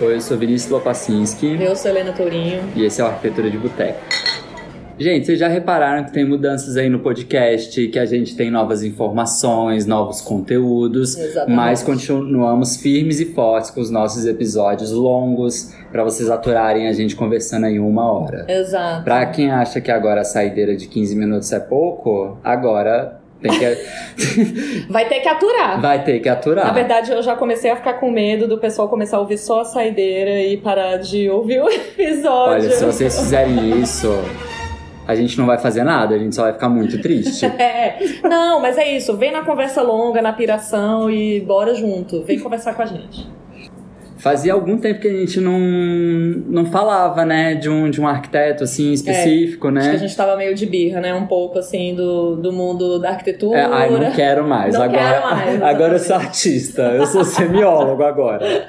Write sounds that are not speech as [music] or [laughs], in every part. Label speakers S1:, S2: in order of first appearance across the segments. S1: Oi, eu sou Vinícius Lopacinski
S2: Eu sou Helena Tourinho.
S1: e esse é o Arquitetura de Boteco. Gente, vocês já repararam que tem mudanças aí no podcast, que a gente tem novas informações, novos conteúdos,
S2: Exatamente.
S1: mas continuamos firmes e fortes com os nossos episódios longos pra vocês aturarem a gente conversando aí uma hora.
S2: Exato.
S1: Pra quem acha que agora a saideira de 15 minutos é pouco, agora tem
S2: [laughs]
S1: que,
S2: Vai ter que aturar.
S1: vai ter que aturar.
S2: Na verdade, eu já comecei a ficar com medo do pessoal começar a ouvir só a saideira e parar de ouvir o [laughs] episódio.
S1: Olha, se vocês fizerem isso, a gente não vai fazer nada, a gente só vai ficar muito triste.
S2: É, não, mas é isso. Vem na conversa longa, na piração e bora junto. Vem conversar com a gente.
S1: Fazia algum tempo que a gente não, não falava, né, de um, de um arquiteto, assim, específico,
S2: É, Acho que a
S1: né?
S2: gente tava meio de birra, né? Um pouco assim do, do mundo da arquitetura.
S1: É, ai, não quero mais.
S2: Não
S1: agora,
S2: quero mais,
S1: [laughs]
S2: exatamente.
S1: agora eu sou artista, eu sou semiólogo
S2: [laughs]
S1: agora.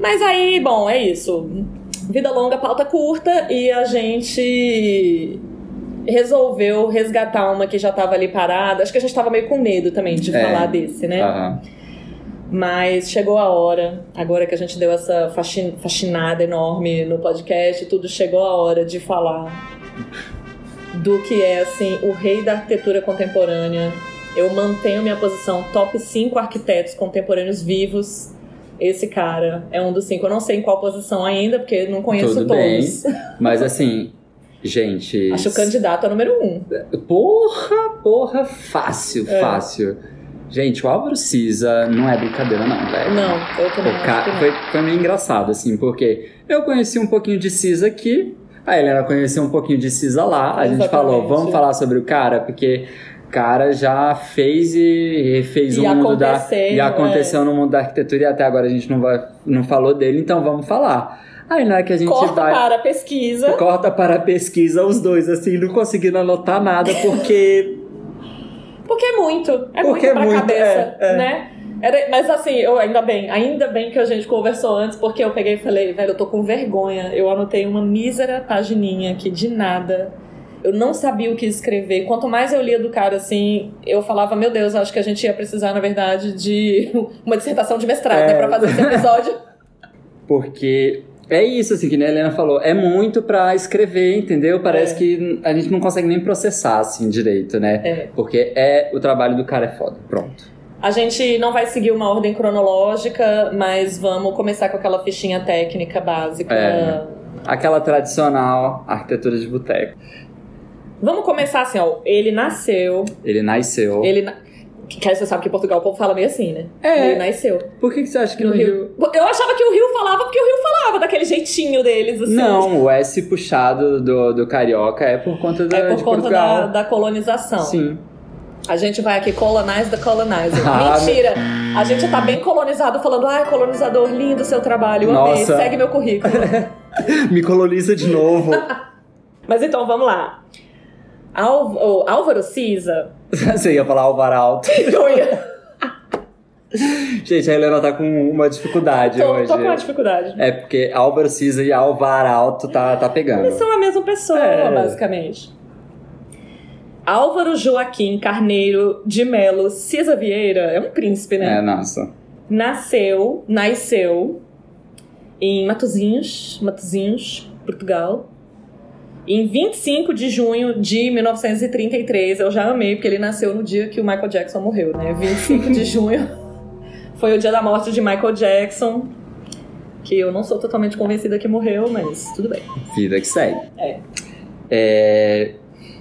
S2: Mas aí, bom, é isso. Vida longa, pauta curta e a gente resolveu resgatar uma que já tava ali parada. Acho que a gente tava meio com medo também de
S1: É.
S2: falar desse, né?
S1: Aham.
S2: Mas chegou a hora, agora que a gente deu essa faxi- faxinada enorme no podcast, tudo chegou a hora de falar do que é assim o rei da arquitetura contemporânea. Eu mantenho minha posição top 5 arquitetos contemporâneos vivos. Esse cara é um dos cinco. Eu não sei em qual posição ainda, porque não conheço
S1: Tudo bem.
S2: todos.
S1: Mas assim, gente.
S2: Acho o candidato a número um.
S1: Porra, porra, fácil,
S2: É.
S1: fácil. Gente, o Álvaro Cisa não é brincadeira, não, velho.
S2: Não, eu também
S1: O ca-
S2: acho que não.
S1: foi, foi meio engraçado, assim, porque eu conheci um pouquinho de Cisa aqui, a Helena conheceu um pouquinho de Cisa lá, a gente
S2: Exatamente.
S1: falou, vamos falar sobre o cara, porque o cara já fez e refez
S2: E
S1: o mundo da.
S2: aconteceu, é.
S1: E aconteceu no mundo da arquitetura e até agora a gente não, vai, não falou dele, então vamos falar. Aí na hora que a gente
S2: Corta
S1: vai.
S2: para a pesquisa.
S1: Corta para a pesquisa, os dois, assim, não conseguindo anotar nada,
S2: [laughs]
S1: porque
S2: Porque é muito. É
S1: Porque
S2: muito
S1: é
S2: pra
S1: muito,
S2: cabeça,
S1: é, é.
S2: né? Era- mas assim, eu ainda bem, ainda bem que a gente conversou antes, porque eu peguei e falei, velho, eu tô com vergonha. Eu anotei uma mísera pagininha aqui de nada. Eu não sabia o que escrever. Quanto mais eu lia do cara, assim, eu falava, meu Deus, acho que a gente ia precisar, na verdade, de [laughs] uma dissertação de mestrado,
S1: É.
S2: né? Pra fazer esse episódio.
S1: Porque é isso, assim, que nem a Helena falou. É muito pra escrever, entendeu? Parece
S2: É.
S1: que a gente não consegue nem processar, assim, direito, né?
S2: É.
S1: Porque é o trabalho do cara é foda. Pronto.
S2: A gente não vai seguir uma ordem cronológica, mas vamos começar com aquela fichinha técnica básica.
S1: É. Aquela tradicional arquitetura de boteco.
S2: Vamos começar assim, ó. Ele nasceu
S1: Ele nasceu.
S2: Ele. Na... Que, que você sabe que em Portugal o povo fala meio assim, né?
S1: É.
S2: Ele nasceu
S1: Por que, que você acha que
S2: no Rio. Eu achava que o Rio falava porque o Rio falava daquele jeitinho deles, assim.
S1: Não, o S puxado do, do carioca é por conta da,
S2: É por
S1: de
S2: conta da,
S1: Portugal.
S2: da colonização.
S1: Sim.
S2: A gente vai aqui colonize the
S1: [laughs]
S2: colonizer.
S1: Ah,
S2: Mentira! A gente tá bem colonizado falando, ah, colonizador, lindo seu trabalho, amei,
S1: Nossa.
S2: segue meu
S1: [laughs]
S2: currículo.
S1: [laughs] Me coloniza de novo.
S2: Mas então, vamos lá. Al- o Álvaro Cisa.
S1: [laughs]
S2: [laughs]
S1: você ia falar Alvaralto.
S2: Eu ia-
S1: Gente, a Helena tá com uma dificuldade
S2: tô,
S1: hoje.
S2: tô com uma dificuldade.
S1: É porque Álvaro Cisa e Álvaro Alto tá, tá
S2: Eles
S1: pegando.
S2: são a mesma pessoa,
S1: É.
S2: basicamente. Álvaro Joaquim Carneiro de Melo Cisa Vieira é um príncipe, né?
S1: É, nossa.
S2: Nasceu, nasceu em Matozinhos, Matozinhos, Portugal. Em 25 de junho de 1933, eu já amei, porque ele nasceu no dia que o Michael Jackson morreu, né?
S1: [laughs]
S2: 25 de junho foi o dia da morte de Michael Jackson, que eu não sou totalmente convencida que morreu, mas tudo bem.
S1: Vida que segue.
S2: É.
S1: É,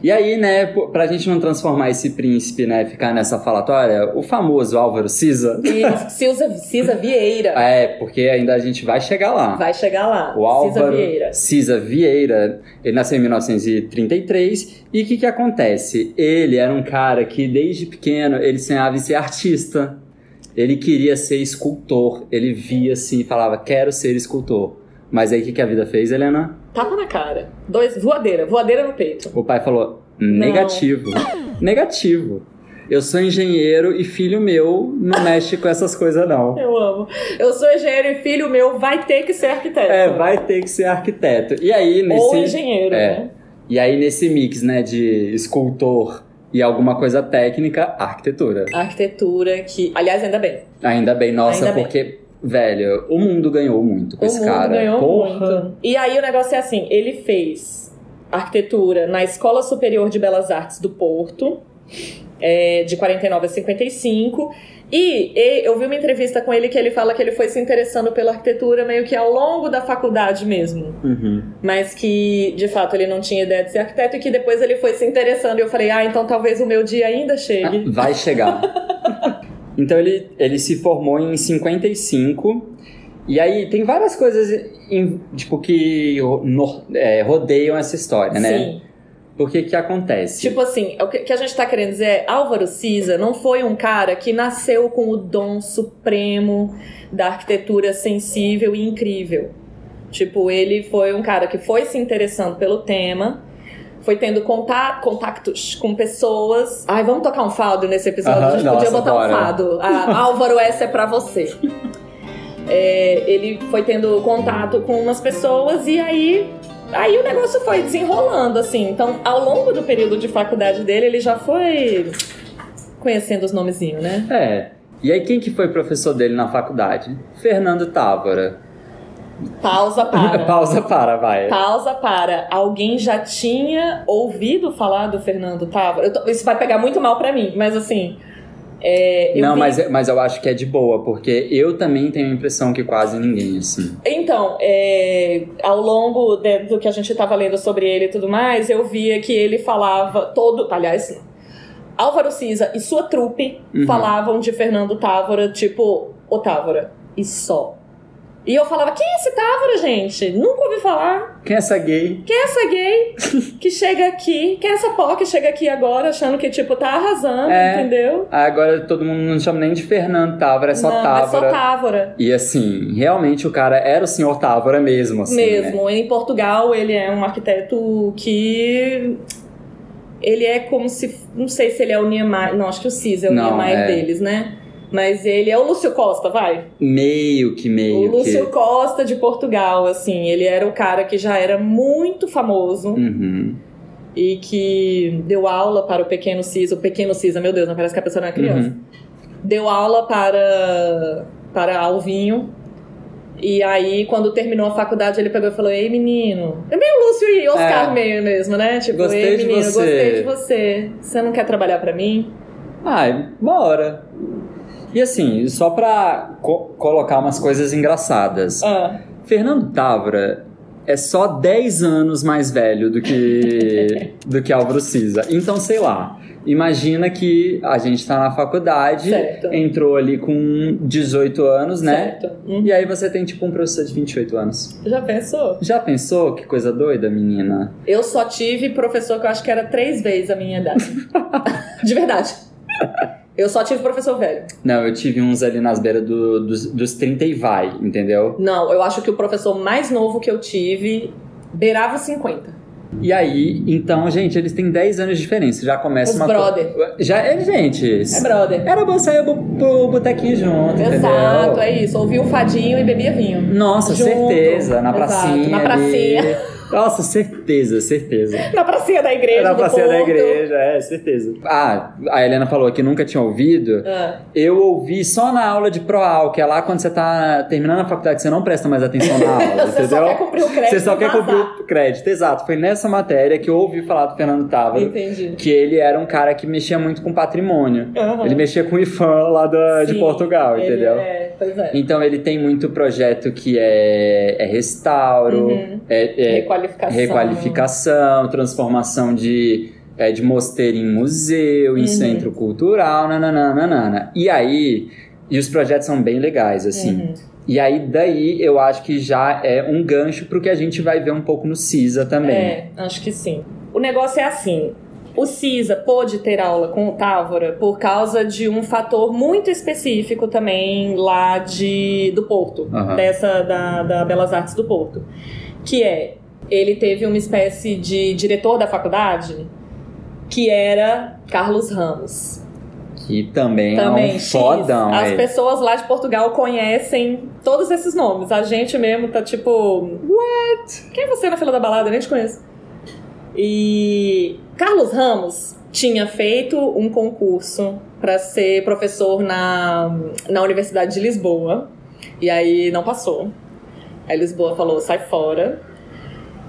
S1: E aí, né, pô, pra gente não transformar esse príncipe, né, ficar nessa falatória, o famoso Álvaro Cisa.
S2: E Cisa, Cisa Vieira
S1: É, porque ainda a gente vai chegar lá.
S2: vai chegar lá.
S1: O
S2: Cisa
S1: Álvaro
S2: Vieira.
S1: Cisa Vieira, ele nasceu em 1933 e o que que acontece? Ele era um cara que desde pequeno ele sonhava em ser artista. Ele queria ser escultor. Ele via assim e falava: "Quero ser escultor". Mas aí o que que a vida fez, Helena?
S2: Tapa na cara. Dois, voadeira, voadeira no peito.
S1: O pai falou:
S2: Não.
S1: "Negativo. Negativo. Eu sou engenheiro e filho meu não mexe com essas coisas não".
S2: Eu amo. Eu sou engenheiro e filho meu vai ter que ser arquiteto.
S1: É, vai ter que ser arquiteto. E aí nesse
S2: Ou engenheiro,
S1: É.
S2: né?
S1: E aí, nesse mix, né, de escultor e alguma coisa técnica, arquitetura.
S2: Arquitetura que. Aliás, ainda bem.
S1: Ainda bem, nossa,
S2: Ainda bem.
S1: porque Velho, o mundo ganhou muito com
S2: o
S1: esse
S2: mundo
S1: cara.
S2: ganhou
S1: Porra.
S2: muito. E aí o negócio é assim, ele fez arquitetura na Escola Superior de Belas Artes do Porto, é, de 49 a 55, e, e eu vi uma entrevista com ele que ele fala que ele foi se interessando pela arquitetura meio que ao longo da faculdade mesmo,
S1: Uhum.
S2: mas que de fato ele não tinha ideia de ser arquiteto e que depois ele foi se interessando e eu falei, ah, então talvez o meu dia ainda
S1: Ah,
S2: chegue.
S1: Vai
S2: [laughs]
S1: chegar. então ele, ele se formou em 55. E aí tem várias coisas em- tipo, que ro- no- é, rodeiam essa história, né?
S2: Sim.
S1: Porque que acontece?
S2: Tipo assim, o que que a gente tá querendo dizer é, Álvaro Cisa não foi um cara que nasceu com o dom supremo da arquitetura sensível e incrível. Tipo, ele foi um cara que foi se interessando pelo tema, foi tendo conta- contactos com pessoas. Ai, vamos tocar um fado nesse episódio?
S1: Aham,
S2: a gente
S1: nossa,
S2: podia botar
S1: bora.
S2: um fado.
S1: [laughs]
S2: Ah, Álvaro, essa é pra você. É, ele foi tendo contato com umas pessoas e aí Aí o negócio foi desenrolando, assim. Então, ao longo do período de faculdade dele, ele já foi conhecendo os nomezinhos, né?
S1: É. E aí quem que foi professor dele na faculdade? Fernando Távora. [laughs]
S2: Pausa para.
S1: Pausa para, vai.
S2: Pausa para. Alguém já tinha ouvido falar do Fernando Távora? Eu tô- Isso vai pegar muito mal pra mim, mas assim. é, eu
S1: Não,
S2: vi-
S1: mas, mas eu acho que é de boa, porque eu também tenho a impressão que quase ninguém, assim.
S2: Então, é, ao longo de- do que a gente estava lendo sobre ele e tudo mais, eu via que ele falava todo. Aliás, Álvaro Cisa e sua trupe
S1: Uhum.
S2: falavam de Fernando Távora, tipo, o Távora, e só. E eu falava, quem é esse Távora, gente? Nunca ouvi falar.
S1: Quem é essa gay?
S2: Quem é essa gay que chega aqui? Quem é essa pó que chega aqui agora achando que, tipo, tá arrasando,
S1: É.
S2: entendeu?
S1: Ah, Agora todo mundo não chama nem de Fernando Távora, é só
S2: Não, é
S1: Távora.
S2: só Távora.
S1: E assim, realmente o cara era o senhor Távora mesmo, assim. né?
S2: Mesmo. Em Portugal, ele é um arquiteto que. Ele é como se. Não sei se ele é o Niemeyer. Não, acho que o Cis é o
S1: Não,
S2: Niemeyer
S1: é.
S2: deles, né? Mas ele é o Lúcio Costa, vai.
S1: Meio que meio
S2: o Lúcio é
S1: que.
S2: Costa de Portugal, assim. Ele era o cara que já era muito famoso
S1: Uhum.
S2: e que deu aula para o Pequeno Cis. O Pequeno Cisa, meu Deus, não parece que a pessoa não é criança
S1: uhum.
S2: deu aula para, para Alvinho. E aí, quando terminou a faculdade, ele pegou e falou: Ei, menino. É meio Lúcio e Oscar
S1: É.
S2: meio mesmo, né? Tipo,
S1: Gostei
S2: ei,
S1: de
S2: menino,
S1: você."
S2: gostei de você. Você não quer trabalhar para mim?
S1: Ai, bora. E assim, só pra co- colocar umas coisas engraçadas.
S2: Ah,
S1: Fernando Távora é só 10 anos mais velho do
S2: [laughs]
S1: que do que Álvaro Cisa. Então, sei lá, imagina que a gente tá na faculdade,
S2: certo.
S1: entrou ali com 18 anos, né?
S2: Certo. Hum,
S1: E aí você tem tipo um professor de 28 anos.
S2: Já pensou?
S1: Já pensou que coisa doida, menina?
S2: Eu só tive professor que eu acho que era três vezes a minha idade. [laughs] de verdade. Eu só tive professor velho.
S1: Não, eu tive uns ali nas beiras do- dos, dos 30 e vai, entendeu?
S2: Não, eu acho que o professor mais novo que eu tive beirava os 50.
S1: E aí, então, gente, eles têm 10 anos de diferença. Já começa
S2: Os
S1: uma. co-
S2: brother.
S1: Já é, gente.
S2: É brother.
S1: Era bom sair pro, pro botequinho junto,
S2: Exato,
S1: entendeu?
S2: é isso. Ouvia um fadinho e bebia vinho.
S1: Nossa,
S2: Junto.
S1: certeza. Na
S2: Exato,
S1: pracinha.
S2: na
S1: ali.
S2: pracinha.
S1: [laughs] Nossa, certeza, certeza.
S2: Na pracinha da igreja.
S1: Era
S2: do
S1: pra ser da
S2: Porto.
S1: igreja, é, certeza. Ah, a Helena falou que nunca tinha ouvido.
S2: Ah, [laughs]
S1: Eu ouvi só na aula de ProAl, que é lá quando você tá terminando a faculdade, você não presta mais atenção na aula,
S2: [laughs] Você
S1: entendeu?
S2: só quer cumprir o crédito.
S1: Você só
S2: e
S1: quer
S2: vazar.
S1: cumprir o crédito, exato. Foi nessa matéria que eu ouvi falar do Fernando Távora,
S2: Entendi.
S1: que ele era um cara que mexia muito com patrimônio.
S2: Aham.
S1: Ele mexia com o IFAM lá da- de
S2: Sim,
S1: Portugal,
S2: Ele
S1: entendeu?
S2: É, pois é.
S1: Então ele tem muito projeto que é, é restauro,
S2: Uhum.
S1: é, é
S2: Requalificação.
S1: requalificação, transformação de, é, de mosteiro em museu, em
S2: Uhum.
S1: centro cultural, nananana. E aí, e os projetos são bem legais, assim.
S2: Uhum.
S1: E aí, daí, eu acho que já é um gancho pro que a gente vai ver um pouco no CISA também.
S2: É, acho que sim. O negócio é assim. O CISA pôde ter aula com o Távora por causa de um fator muito específico também lá de, do Porto.
S1: Aham.
S2: dessa da, da Belas Artes do Porto, que é ele teve uma espécie de diretor da faculdade que era Carlos Ramos.
S1: Que também,
S2: Também
S1: é um
S2: X.
S1: fodão.
S2: As
S1: é.
S2: pessoas lá de Portugal conhecem todos esses nomes. A gente mesmo tá tipo, what? Quem é você na fila da balada? Eu nem te conheço. E Carlos Ramos tinha feito um concurso para ser professor na, na Universidade de Lisboa. E aí não passou. Aí Lisboa falou, sai fora.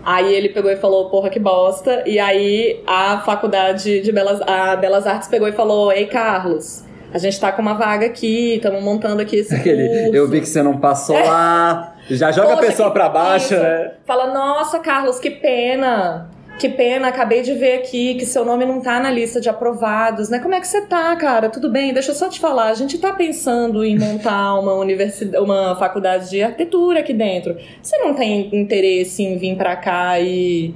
S2: Aí ele pegou e falou, porra, que bosta. E aí a faculdade de Belas, a Belas Artes pegou e falou, ei, Carlos, a gente tá com uma vaga aqui, estamos montando aqui
S1: [laughs]
S2: esse
S1: Aquele,
S2: curso.
S1: eu vi que você não passou lá. Já joga a
S2: Poxa,
S1: pessoa
S2: que
S1: pra baixo,
S2: isso.
S1: né?
S2: Fala, nossa, Carlos, que pena. Que pena, acabei de ver aqui que seu nome não tá na lista de aprovados, né? Como é que você tá, cara? Tudo bem? Deixa eu só te falar, a gente tá pensando em montar uma universidade, uma faculdade de arquitetura aqui dentro. Você não tem interesse em vir pra cá e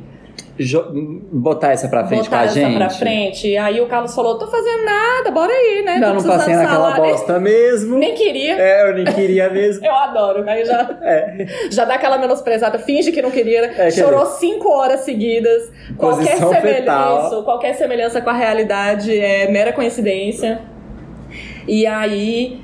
S1: Jo- botar essa pra frente
S2: botar
S1: com a
S2: essa
S1: gente.
S2: pra frente? E aí o Carlos falou: tô fazendo nada, bora aí, né?
S1: Já
S2: Tô
S1: não
S2: precisando
S1: passei
S2: de
S1: naquela
S2: salário."
S1: bosta mesmo.
S2: Nem queria.
S1: É, eu nem queria mesmo.
S2: Eu adoro. Aí já,
S1: [laughs] É.
S2: já dá aquela menosprezada, finge que não queria. né?
S1: quer
S2: Chorou cinco horas seguidas. [laughs] Qualquer
S1: Posição fetal.
S2: semelhança, qualquer semelhança com a realidade é mera coincidência. E aí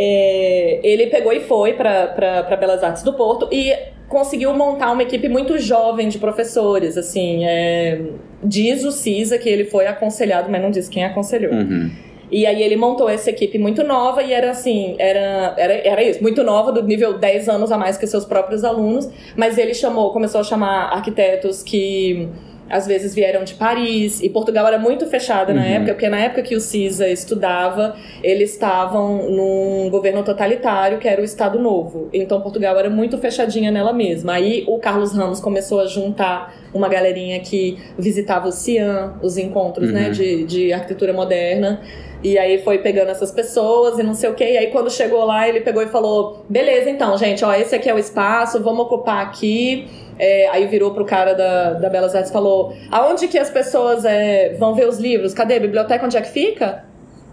S2: é, ele pegou e foi para Belas Artes do Porto e conseguiu montar uma equipe muito jovem de professores. Assim, é, diz o Cisa que ele foi aconselhado, mas não diz quem aconselhou.
S1: Uhum.
S2: E aí ele montou essa equipe muito nova e era assim, era, era, era isso, muito nova, do nível 10 anos a mais que seus próprios alunos, mas ele chamou, começou a chamar arquitetos que às vezes vieram de Paris, e Portugal era muito fechada na
S1: Uhum.
S2: época, porque na época que o CISA estudava, eles estavam num governo totalitário, que era o Estado Novo. Então Portugal era muito fechadinha nela mesma. Aí o Carlos Ramos começou a juntar uma galerinha que visitava o CIAN, os encontros
S1: Uhum.
S2: né, de, de arquitetura moderna, e aí foi pegando essas pessoas e não sei o que. E aí quando chegou lá, ele pegou e falou: beleza, então, gente, ó, esse aqui é o espaço, vamos ocupar aqui. É, aí virou pro cara da, da Belas Artes e falou: aonde que as pessoas é, vão ver os livros? Cadê? A biblioteca onde é que fica?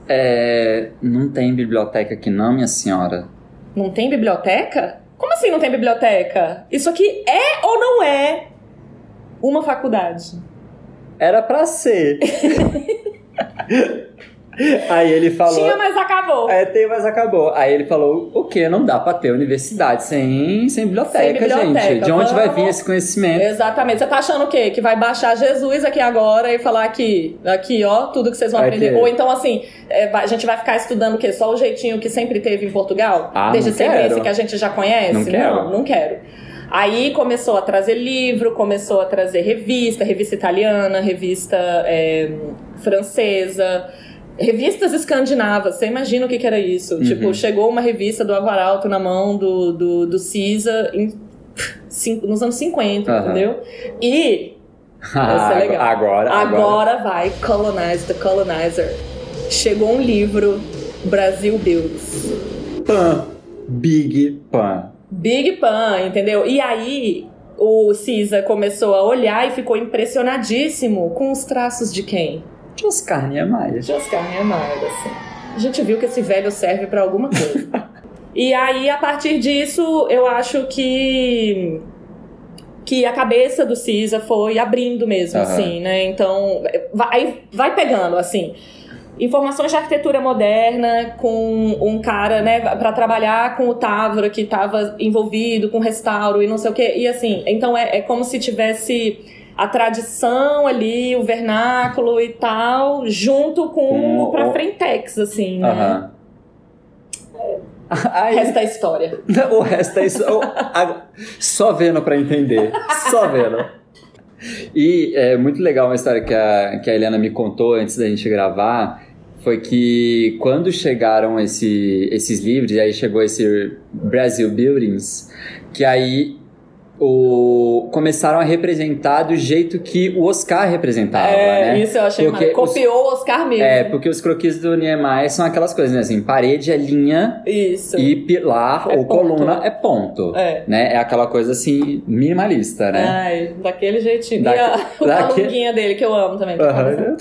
S1: É, não tem biblioteca aqui não, minha senhora.
S2: Não tem biblioteca? Como assim não tem biblioteca? Isso aqui é ou não é uma faculdade?
S1: Era pra
S2: [laughs]
S1: ser. Aí ele falou...
S2: Tinha, mas acabou.
S1: É, tem, mas acabou. Aí ele falou, o quê? Não dá pra ter universidade sem, sem biblioteca,
S2: Sem biblioteca,
S1: gente. De onde vai
S2: vamos-
S1: vir esse conhecimento?
S2: Exatamente. Você tá achando o quê? Que vai baixar Jesus aqui agora e falar aqui, aqui, ó, tudo que vocês vão
S1: Aqui.
S2: aprender. Ou então, assim, é, vai- a gente vai ficar estudando o quê? Só o jeitinho que sempre teve em Portugal?
S1: Ah,
S2: Desde
S1: não
S2: sempre
S1: quero.
S2: esse que a gente já conhece?
S1: Não quero.
S2: não, não quero. Aí começou a trazer livro, começou a trazer revista, revista italiana, revista é, francesa, revistas escandinavas. Você imagina o que, que era isso?
S1: Uhum.
S2: Tipo, chegou uma revista do Alvaralto na mão do, do, do Cisa em cin- nos anos 50,
S1: Aham.
S2: entendeu? E
S1: Ah,
S2: é legal.
S1: Agora, agora.
S2: agora vai Colonize the Colonizer. Chegou um livro, Brasil Builds.
S1: Pan. Big Pan.
S2: Big Pan, entendeu? E aí o Cisa começou a olhar e ficou impressionadíssimo com os traços de quem?
S1: De Oscar Niemeyer.
S2: De Oscar Niemeyer, assim. A gente viu que esse velho serve pra alguma coisa. [laughs] e aí, a partir disso, eu acho que que a cabeça do Cisa foi abrindo mesmo,
S1: Aham.
S2: assim, né? Então, vai, aí vai pegando, assim. Informações de arquitetura moderna com um cara, né, Pra trabalhar com o Távora que tava envolvido com restauro e não sei o quê. E assim, então é, é como se tivesse a tradição ali, o vernáculo e tal, junto com
S1: Com
S2: o pra
S1: o-
S2: frentex, assim, né?
S1: Aham. [laughs] Aí,
S2: Resta a história.
S1: o resto é isso. o- a- só vendo pra entender. Só vendo. E é muito legal uma história que a, que a Helena me contou antes da gente gravar. Foi que quando chegaram esse, esses livros, e aí chegou esse Brasil Buildings, que aí o, começaram a representar do jeito que o Oscar representava,
S2: é,
S1: né?
S2: isso eu achei
S1: Porque
S2: maravilhoso. Copiou o Oscar mesmo.
S1: É, porque os croquis do Niemeyer são aquelas coisas, né? Assim, parede é linha
S2: Isso.
S1: e pilar
S2: É
S1: ou
S2: ponto.
S1: coluna é ponto.
S2: É.
S1: Né? É aquela coisa assim, minimalista, né?
S2: Ai, daquele jeitinho.
S1: Daque-
S2: e a, [laughs] o
S1: daque-
S2: calunguinha dele, que eu amo também.
S1: Aham.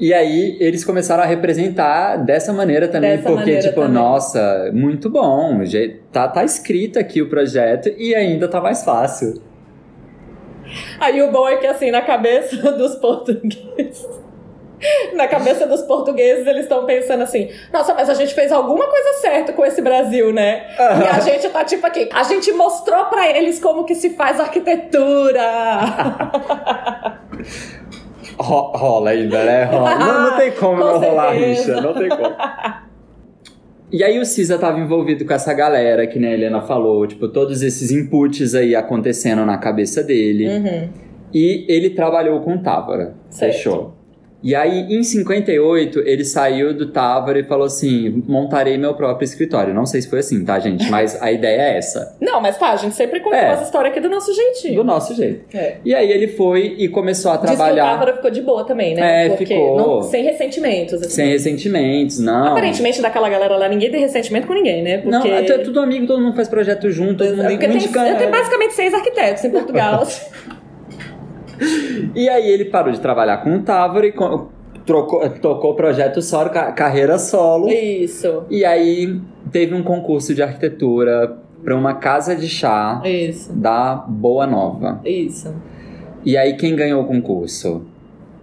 S1: e aí eles começaram a representar dessa maneira também,
S2: Dessa
S1: porque,
S2: maneira
S1: tipo,
S2: também.
S1: nossa, muito bom. je- Tá, tá escrito aqui o projeto e ainda tá mais fácil.
S2: Aí o bom é que, assim, na cabeça [laughs] dos portugueses... Na cabeça dos portugueses, eles estão pensando assim: nossa, mas a gente fez alguma coisa certa com esse Brasil, né? E
S1: [laughs]
S2: a gente tá tipo aqui: a gente mostrou pra eles como que se faz arquitetura.
S1: Ro-
S2: [laughs]
S1: rola ainda, né? Rola. é Não, não tem como
S2: Com
S1: não rolar,
S2: certeza.
S1: Richa. Não tem como. E aí o Cisa tava envolvido com essa galera que né, a Helena falou, tipo, todos esses inputs aí acontecendo na cabeça dele.
S2: Uhum.
S1: E ele trabalhou com o Távora.
S2: Certo.
S1: Fechou. E aí, em 58, ele saiu do Távora e falou assim: montarei meu próprio escritório. Não sei se foi assim, tá, gente? Mas a ideia é essa.
S2: Não, mas tá, a gente sempre contou
S1: É.
S2: essa história aqui do nosso
S1: Do
S2: jeitinho.
S1: nosso jeito.
S2: É.
S1: E aí ele foi e começou a
S2: Diz que o
S1: trabalhar
S2: Távora ficou de boa também, né?
S1: É,
S2: Porque
S1: ficou.
S2: não- sem ressentimentos, assim.
S1: sem ressentimentos, não.
S2: Aparentemente, daquela galera lá, ninguém tem ressentimento com ninguém, né? Porque... é,
S1: Não, é tu- é tudo amigo, todo mundo faz projeto junto, todo mundo
S2: Porque tem,
S1: indicando.
S2: eu tenho basicamente seis arquitetos em
S1: [laughs]
S2: Portugal.
S1: E aí ele parou de trabalhar com o Távora e co- trocou, tocou o projeto solo, ca- carreira solo.
S2: isso,
S1: E aí teve um concurso de arquitetura para uma casa de chá
S2: isso,
S1: da Boa Nova.
S2: isso.
S1: E aí quem ganhou o concurso?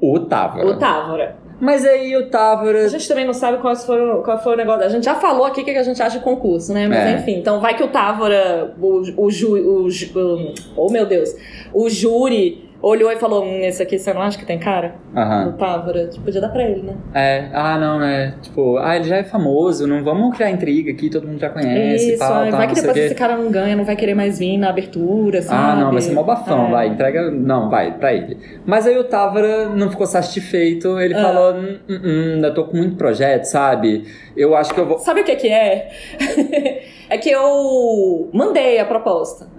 S1: O Távora.
S2: O Távora.
S1: Mas aí o Távora.
S2: A gente também não sabe quais foram, qual foi o negócio. A gente já falou aqui o que a gente acha de concurso, né? Mas
S1: É.
S2: enfim, então vai que o Távora, o, o, ju, o, ju- um, oh meu Deus, o júri olhou e falou: hum, esse aqui você não acha que tem cara?
S1: Aham.
S2: O Távora, podia dar pra ele, né?
S1: É, ah, não, né? Tipo, ah, ele já é famoso, não vamos criar intriga aqui, todo mundo já conhece,
S2: Isso,
S1: É, tal,
S2: ai,
S1: tal,
S2: vai
S1: não
S2: que
S1: sei o
S2: depois
S1: quê.
S2: esse cara não ganha, não vai querer mais vir na abertura,
S1: Ah,
S2: sabe?
S1: não, vai ser mó bafão,
S2: É.
S1: vai, entrega. Não, vai, pra ele. Mas aí o Távora não ficou satisfeito, ele
S2: Ah.
S1: falou: "Hum, hum, hum, ainda tô com muito projeto, sabe? Eu acho que eu vou.
S2: Sabe o que que é? [laughs] é que eu mandei a
S1: [laughs]
S2: proposta.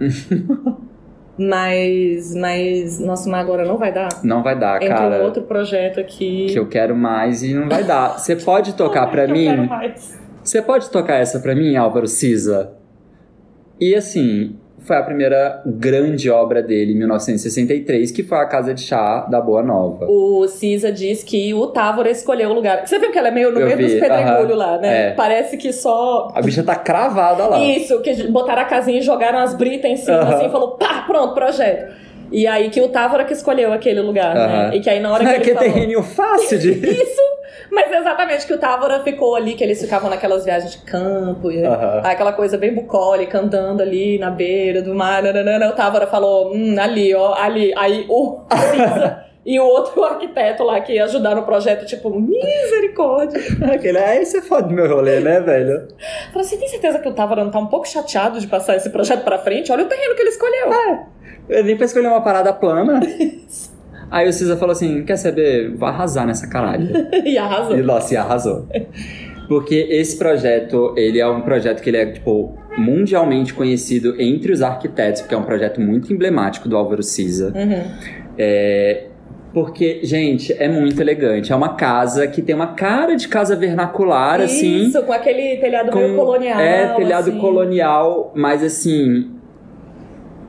S2: mas, mas, nossa, mas agora não vai dar.
S1: Não vai dar,
S2: Entrou
S1: Tá cara.
S2: um outro projeto aqui.
S1: Que eu quero mais e não vai dar. Você pode
S2: Ai,
S1: tocar
S2: que
S1: pra
S2: [laughs] eu
S1: mim?
S2: quero mais.
S1: Você pode tocar essa pra mim, Álvaro Cisa? E assim, foi a primeira grande obra dele, em 1963, que foi a Casa de Chá da Boa Nova.
S2: O Cisa diz que o Távora escolheu o lugar. Você viu que ela é meio no
S1: Eu
S2: meio dos
S1: vi,
S2: pedregulhos lá, né?
S1: é.
S2: Parece que só.
S1: A bicha tá cravada lá. [laughs]
S2: Isso, que botaram a casinha e jogaram as britas em cima,
S1: Aham.
S2: assim, e falou, pá, pronto, projeto. E aí que o Távora que escolheu aquele lugar, né?
S1: Aham.
S2: E que aí
S1: [laughs]
S2: na hora que
S1: É
S2: ele
S1: que
S2: falou...
S1: terreninho
S2: [laughs]
S1: fácil de.
S2: Isso! Mas exatamente que o Távora ficou ali, que eles ficavam naquelas viagens de campo, e
S1: Aham.
S2: aquela coisa bem bucólica, andando ali na beira do mar. nananana. O Távora falou, hum, ali, ó, ali. Aí
S1: [laughs]
S2: o Cisa e o outro [laughs] arquiteto lá que ajudaram o projeto, tipo, misericórdia.
S1: Aquele, aí você "Ah, foda do meu rolê, né, velho?
S2: Falei, você tem certeza que o Távora não tá um pouco chateado de passar esse projeto pra frente? Olha o terreno que ele escolheu. [laughs]
S1: É, Eu nem pra escolher uma parada plana. Aí o Cisa falou assim: quer saber? Vou arrasar nessa caralho.
S2: e arrasou.
S1: E nossa, e arrasou. Porque esse projeto, ele é um projeto que ele é, tipo, mundialmente conhecido entre os arquitetos, porque é um projeto muito emblemático do Álvaro Cisa.
S2: Uhum.
S1: É, Porque, gente, é muito elegante. É uma casa que tem uma cara de casa vernacular, assim.
S2: Isso, com aquele telhado meio
S1: Com-
S2: colonial.
S1: É, telhado
S2: assim.
S1: colonial, mas assim.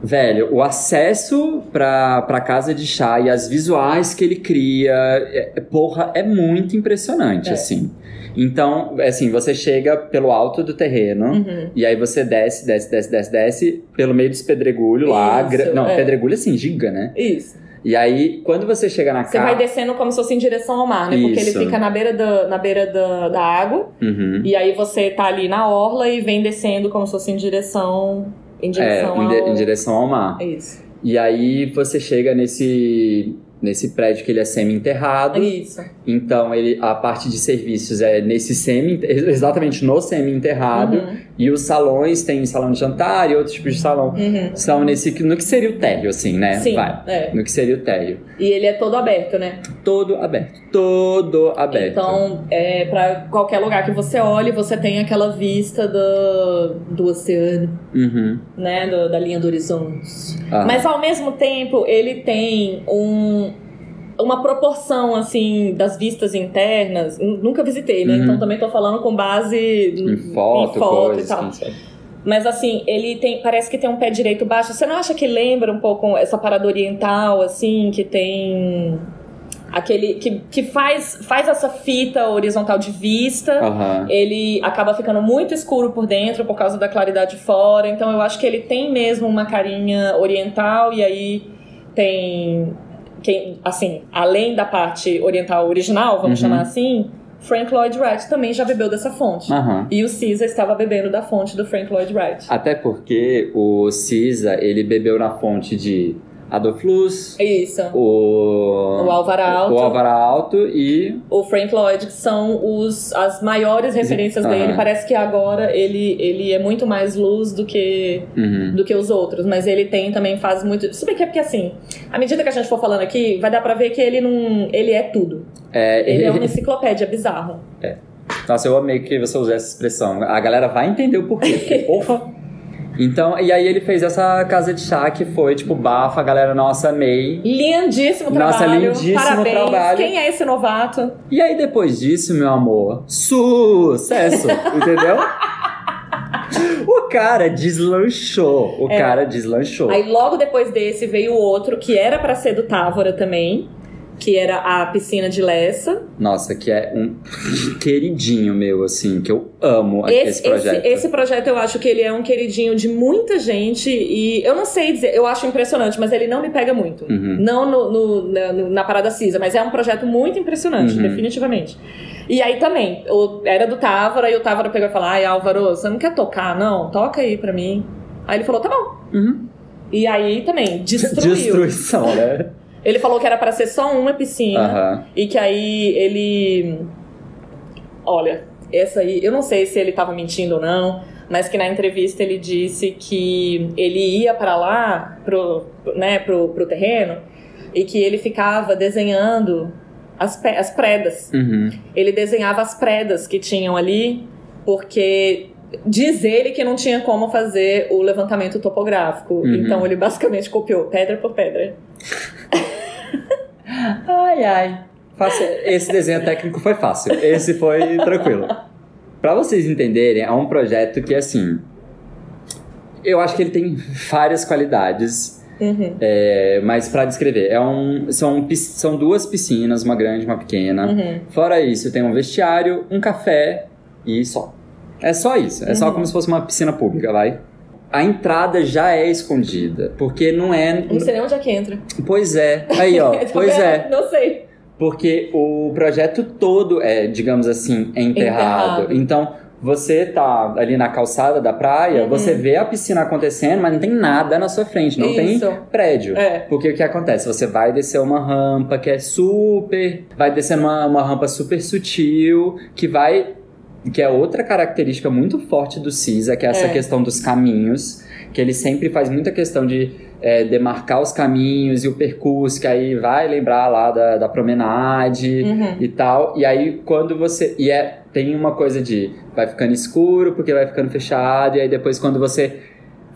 S1: Velho, o acesso pra, pra casa de chá e as visuais que ele cria, é, é- porra, é muito impressionante,
S2: É.
S1: assim. Então, assim, você chega pelo alto do terreno,
S2: Uhum.
S1: e aí você desce, desce, desce, desce, desce, pelo meio dos pedregulhos lá.
S2: Isso,
S1: gra- Não,
S2: é.
S1: pedregulho assim, giga, né?
S2: Isso.
S1: E aí, quando você chega na
S2: Você
S1: casa.
S2: vai descendo como se fosse em direção ao mar, né? Porque
S1: Isso.
S2: ele fica na beira, da, na beira da, da água.
S1: Uhum.
S2: E aí você tá ali na orla e vem descendo como se fosse em direção. Em
S1: É,
S2: direção
S1: em, de-
S2: ao.
S1: em direção ao mar.
S2: É Isso.
S1: E aí você chega nesse nesse prédio que ele é
S2: É
S1: semi-enterrado.
S2: Isso.
S1: Então ele a parte de serviços é nesse semi [laughs] exatamente no semi-enterrado
S2: Uhum,
S1: e os salões tem salão de jantar e outros tipos de salão
S2: uhum.
S1: são nesse no que seria o térreo assim, né?
S2: Sim.
S1: Vai.
S2: É.
S1: No que seria o térreo.
S2: E ele é todo aberto, né?
S1: Todo aberto. Todo aberto.
S2: Então, é para qualquer lugar que você olhe, você tem aquela vista do, do oceano,
S1: Uhum.
S2: né? Do- da linha do horizonte.
S1: Ah.
S2: Mas ao mesmo tempo, ele tem um, uma proporção assim das vistas internas. N- Nunca visitei, né?
S1: Uhum.
S2: Então também tô falando com base
S1: em
S2: em
S1: foto, assim.
S2: em foto
S1: coisas,
S2: e tal.
S1: não sei.
S2: Mas assim, ele tem, parece que tem um pé direito baixo. Você não acha que lembra um pouco essa parada oriental assim, que tem aquele que, que faz faz essa fita horizontal de vista?
S1: Aham.
S2: ele acaba ficando muito escuro por dentro por causa da claridade fora. Então eu acho que ele tem mesmo uma carinha oriental e aí tem quem, assim, além da parte oriental original, vamos
S1: Uhum.
S2: chamar assim, Frank Lloyd Wright também já bebeu dessa fonte.
S1: Aham.
S2: E o Caesar estava bebendo da fonte do Frank Lloyd Wright.
S1: Até porque o Cisa, ele bebeu na fonte de Adolf Luz,
S2: É isso.
S1: o,
S2: O Álvaro Alto,
S1: o Álvaro Alto e
S2: o Frank Lloyd, que são os, as maiores referências
S1: Aham.
S2: dele. Parece que agora ele, ele é muito mais luz do que,
S1: uhum,
S2: do que os outros, mas ele tem também, faz muito. Se bem que é porque assim, à medida que a gente for falando aqui, vai dar pra ver que ele não. Ele é tudo.
S1: é,
S2: Ele
S1: [laughs]
S2: é uma enciclopédia, é bizarro.
S1: Nossa, eu amei que você usou essa expressão. A galera vai entender o porquê,
S2: [laughs]
S1: porque, porra. Então, e aí ele fez essa casa de chá que foi, tipo, bafa, a galera, nossa, amei.
S2: Lindíssimo
S1: Nossa,
S2: trabalho.
S1: lindíssimo
S2: Parabéns.
S1: trabalho.
S2: Quem é esse novato?
S1: E aí, depois disso, meu amor,
S2: [laughs]
S1: sucesso, entendeu? O cara deslanchou, o
S2: É.
S1: cara deslanchou.
S2: Aí logo depois desse veio outro que era pra ser do Távora também, que era a piscina de Lessa.
S1: Nossa, que é um queridinho meu, assim, que eu amo esse, projeto.
S2: esse projeto eu acho que ele é um queridinho de muita gente e eu não sei dizer, eu acho impressionante, mas ele não me pega muito.
S1: Uhum.
S2: Não no- no- na, no- na Parada Cisa, mas é um projeto muito impressionante,
S1: Uhum.
S2: definitivamente. E aí também, o- era do Távora e o Távora pegou e falou: Ai, Álvaro, você não quer tocar, não? Toca aí pra mim. Aí ele falou: Tá bom.
S1: Uhum.
S2: E aí também, destruiu.
S1: Destruição, né?
S2: Ele falou que era pra ser só uma piscina
S1: Aham.
S2: e que aí ele. Olha, essa aí, eu não sei se ele tava mentindo ou não, mas que na entrevista ele disse que ele ia pra lá, pro, né, pro, pro terreno, e que ele ficava desenhando as, pe- as predas
S1: Uhum.
S2: ele desenhava as predas que tinham ali, porque diz ele que não tinha como fazer o levantamento topográfico.
S1: Uhum.
S2: Então ele basicamente copiou pedra por pedra.
S1: Ai, ai. Fácil. Esse desenho técnico foi fácil. Esse foi tranquilo. Pra vocês entenderem, é um projeto que, assim. Eu acho que ele tem várias qualidades,
S2: Uhum,
S1: é, mas pra descrever, é um, são, pis- são duas piscinas, uma grande e uma pequena.
S2: uhum.
S1: Fora isso, tem um vestiário, um café e só. É só isso. É só
S2: Uhum.
S1: como se fosse uma piscina pública, vai. A entrada já é escondida, porque não é.
S2: Não sei nem onde é que entra.
S1: Pois é. Aí, ó.
S2: [laughs] Tá
S1: pois
S2: vendo?
S1: é.
S2: Não sei.
S1: Porque o projeto todo é, digamos assim, enterrado.
S2: Enterrado.
S1: Então, você tá ali na calçada da praia,
S2: Uhum.
S1: você vê a piscina acontecendo, mas não tem nada na sua frente, não
S2: Isso.
S1: tem prédio.
S2: É.
S1: Porque o que acontece? Você vai descer uma rampa que é super. Vai descer uma, uma rampa super sutil, que vai. Que é outra característica muito forte do CISA, que é essa
S2: É.
S1: questão dos caminhos, que ele sempre faz muita questão de é, demarcar os caminhos e o percurso, que aí vai lembrar lá da, da promenade
S2: Uhum.
S1: e tal. E aí quando você. E é, tem uma coisa de vai ficando escuro porque vai ficando fechado, e aí depois quando você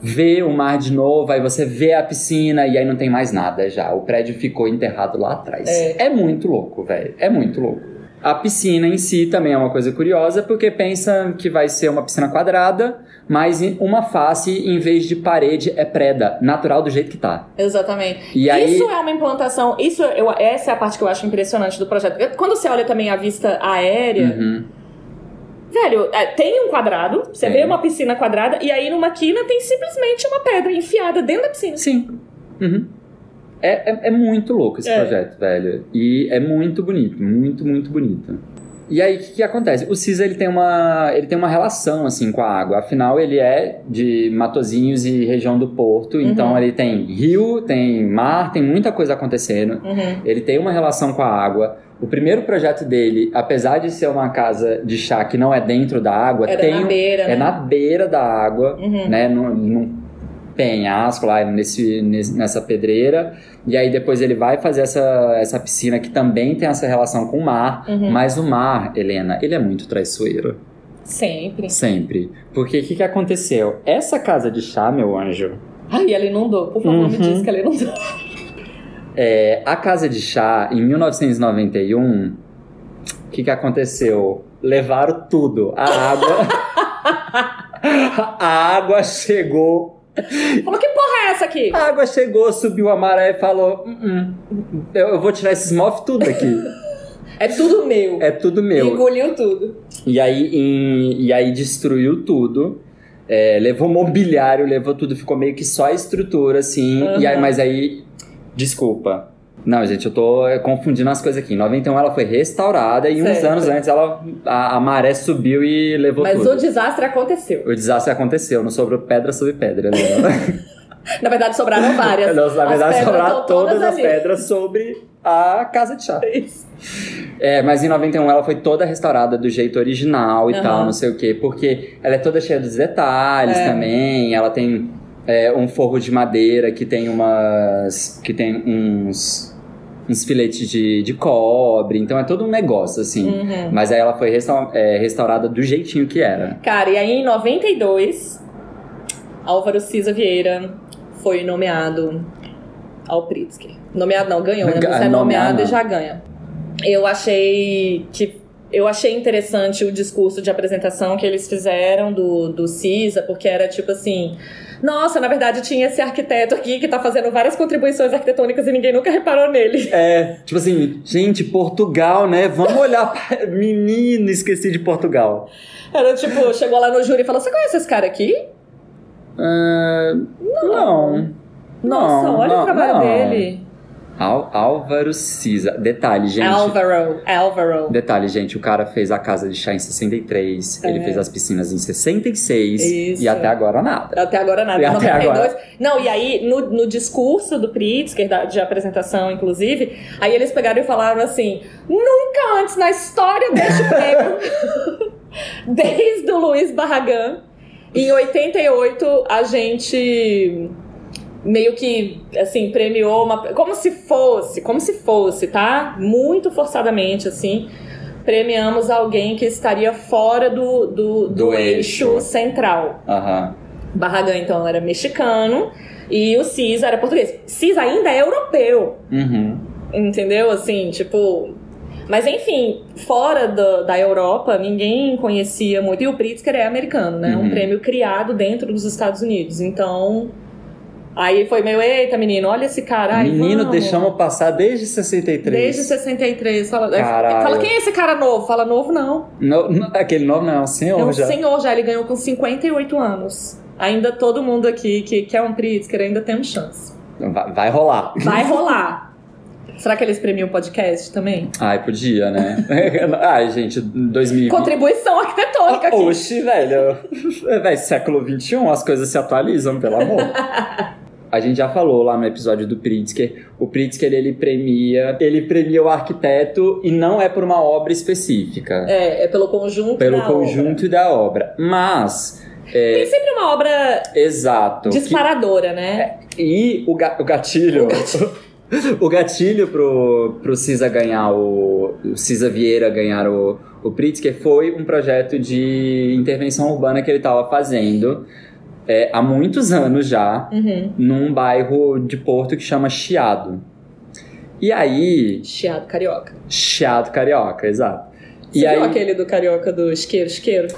S1: vê o mar de novo, aí você vê a piscina e aí não tem mais nada já. O prédio ficou enterrado lá atrás.
S2: É.
S1: muito louco, velho. É muito louco. A piscina em si também é uma coisa curiosa, porque pensa que vai ser uma piscina quadrada, mas em uma face, em vez de parede, é preda, natural do jeito que tá.
S2: Exatamente.
S1: E aí.
S2: Isso é uma implantação. Isso eu, essa é a parte que eu acho impressionante do projeto. Quando você olha também a vista aérea,
S1: Uhum.
S2: Velho, é, tem um quadrado, você
S1: Tem.
S2: vê uma piscina quadrada, e aí numa quina tem simplesmente uma pedra enfiada dentro da piscina.
S1: Sim. Uhum. É, é, é muito louco esse
S2: É.
S1: projeto, velho. E é muito bonito, muito, muito bonito. E aí, o que, que acontece? O Cisa, ele tem, uma, ele tem uma relação, assim, com a água. Afinal, ele é de Matozinhos e região do Porto. Então,
S2: Uhum.
S1: ele tem rio, tem mar, tem muita coisa acontecendo.
S2: Uhum.
S1: Ele tem uma relação com a água. O primeiro projeto dele, apesar de ser uma casa de chá que não é dentro da água,
S2: Era
S1: tem...
S2: na beira,
S1: é
S2: né?
S1: na beira da água
S2: Uhum.
S1: né, num, num penhasco lá nesse, nesse- nessa pedreira. E aí depois ele vai fazer essa, essa piscina que também tem essa relação com o mar.
S2: Uhum.
S1: Mas o mar, Helena, ele é muito traiçoeiro.
S2: Sempre.
S1: Sempre. Porque o que, que aconteceu? Essa casa de chá, meu anjo,
S2: Ai, ela inundou. Por favor, me
S1: Uhum.
S2: diz que ela inundou.
S1: é, a casa de chá, em 1991, o que, que aconteceu? Levaram tudo. A água. [laughs] a água chegou
S2: Falou, que porra é essa aqui?
S1: A água chegou, subiu a maré e falou: "Hum, hum, eu, eu vou tirar esses mofos tudo aqui.
S2: É tudo meu.
S1: É tudo meu.
S2: Engoliu tudo.
S1: E aí, em- e aí destruiu tudo. é, levou mobiliário, levou tudo, ficou meio que só a estrutura, assim.
S2: Aham.
S1: E aí, mas aí. Desculpa. Não, gente, eu tô é, confundindo as coisas aqui. Em 91 ela foi restaurada e uns
S2: Certo.
S1: anos antes ela, a, a maré subiu e levou
S2: Mas
S1: tudo.
S2: o desastre aconteceu.
S1: O desastre aconteceu, não sobrou pedra sobre pedra, né?
S2: Na verdade, sobraram várias.
S1: Não, na
S2: As
S1: verdade,
S2: pedras
S1: sobraram
S2: estão
S1: todas,
S2: todas
S1: as
S2: ali.
S1: pedras sobre a casa de chá.
S2: Isso.
S1: É, mas em 91 ela foi toda restaurada do jeito original e
S2: Aham.
S1: tal, não sei o quê. Porque ela é toda cheia dos detalhes
S2: É.
S1: também. Ela tem é, um forro de madeira que tem umas. que tem uns. uns filetes de, de cobre. Então é todo um negócio, assim.
S2: Uhum.
S1: Mas aí ela foi resta- é, restaurada do jeitinho que era.
S2: Cara, e aí em 92, Álvaro Cisa Vieira foi nomeado ao Pritzker. Nomeado não, ganhou, né?
S1: Ga-
S2: Você é
S1: nomeado.
S2: nomeado e já ganha. Eu achei que. Eu achei interessante o discurso de apresentação que eles fizeram do, do CISA, porque era tipo assim. Nossa, na verdade tinha esse arquiteto aqui que tá fazendo várias contribuições arquitetônicas e ninguém nunca reparou nele. [laughs]
S1: É, tipo assim, gente, Portugal, né? Vamos olhar. pra- [laughs] Menino, esqueci de Portugal.
S2: Era tipo, chegou lá no júri e falou: Você conhece esse cara aqui?
S1: Ah, não.
S2: Nossa,
S1: Não,
S2: olha
S1: não,
S2: o trabalho
S1: não.
S2: dele.
S1: Al- Álvaro Cisa. Detalhe, gente.
S2: Álvaro, Álvaro.
S1: Detalhe, gente, o cara fez a casa de chá em 63, ele
S2: É.
S1: fez as piscinas em 66
S2: Isso.
S1: e até agora nada.
S2: Até agora nada.
S1: E até
S2: 92. Não, e aí, no, no discurso do Pritzker, da- de apresentação, inclusive, aí eles pegaram e falaram assim: nunca antes na
S1: [laughs]
S2: história deste prêmio, desde o Luiz Barragan, em 88, a gente meio que, assim, premiou uma. Como se fosse, como se fosse, tá? Muito forçadamente, assim. Premiamos alguém que estaria fora do, do, do,
S1: Do eixo.
S2: eixo central.
S1: Aham.
S2: Barragan, então, era mexicano e o Cisa era português. Cisa ainda é europeu,
S1: Uhum.
S2: entendeu? Assim, tipo. Mas enfim, fora da- da Europa, ninguém conhecia muito. E o Pritzker é americano, né? É
S1: Uhum.
S2: Um prêmio criado dentro dos Estados Unidos. Então. Aí foi meio, eita, menino, olha esse cara. Ai,
S1: Menino, um
S2: vamos.
S1: deixamos passar desde 63.
S2: Desde 63. Fala,
S1: Caralho.
S2: fala, quem é esse cara novo? Fala, novo não.
S1: No- no- aquele nome não, senhor
S2: É um
S1: já.
S2: senhor já, ele ganhou com 58 anos. Ainda todo mundo aqui que quer um Pritzker ainda tem chance.
S1: Vai, vai rolar.
S2: Vai rolar. Será que eles premiam o podcast também?
S1: Ai, podia, né?
S2: [laughs]
S1: Ai, gente, 2020.
S2: Contribuição arquitetônica aqui.
S1: Oxi, Ah, velho. Véi, século XXI, as coisas se atualizam, pelo
S2: [laughs]
S1: amor. A gente já falou lá no episódio do Pritzker, o Pritzker ele premia, ele premia o arquiteto e não é por uma obra específica,
S2: É, é pelo conjunto
S1: pelo
S2: da obra.
S1: conjunto da obra. Mas,
S2: Tem sempre uma obra
S1: exato. que- É.
S2: disparadora, né?
S1: e o, ga- o gatilho. [laughs] O gatilho pro, pro Cisa ganhar o. O Cisa Vieira ganhar o, o Pritzker foi um projeto de intervenção urbana que ele estava fazendo é, há muitos anos já,
S2: Uhum.
S1: num bairro de Porto que chama Chiado. E aí.
S2: Chiado carioca.
S1: Chiado Carioca, exato.
S2: Você viu aquele do carioca do isqueiro, isqueiro?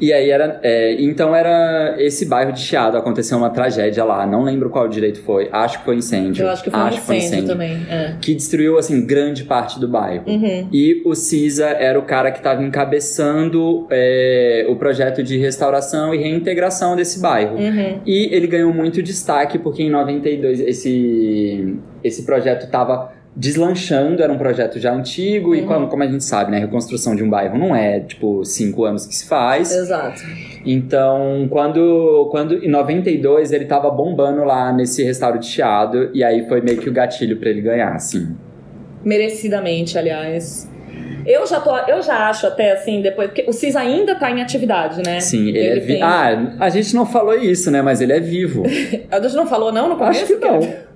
S1: E aí era. é, então era esse bairro de Chiado, aconteceu uma tragédia lá. Não lembro qual direito foi. Acho que foi incêndio.
S2: Eu acho que foi um incêndio, também. É.
S1: Que destruiu, assim, grande parte do bairro.
S2: Uhum.
S1: E o Cisa era o cara que estava encabeçando é, o projeto de restauração e reintegração desse bairro.
S2: Uhum.
S1: E ele ganhou muito destaque porque em 92 esse, esse projeto estava deslanchando, era um projeto já antigo e
S2: Uhum.
S1: como, como a gente sabe, né, a reconstrução de um bairro não é tipo cinco anos que se faz.
S2: Exato.
S1: Então, quando, quando em 92 ele tava bombando lá nesse restauro de Chiado e aí foi meio que o gatilho pra ele ganhar, assim.
S2: Merecidamente, aliás. Eu já, tô, eu já acho até assim, depois. Porque o CIS ainda tá em atividade, né?
S1: Sim, ele, é
S2: Ele
S1: vivo.
S2: tem-
S1: Ah, a gente não falou isso, né, mas ele é vivo.
S2: A gente não falou, não, no começo?
S1: Acho que não.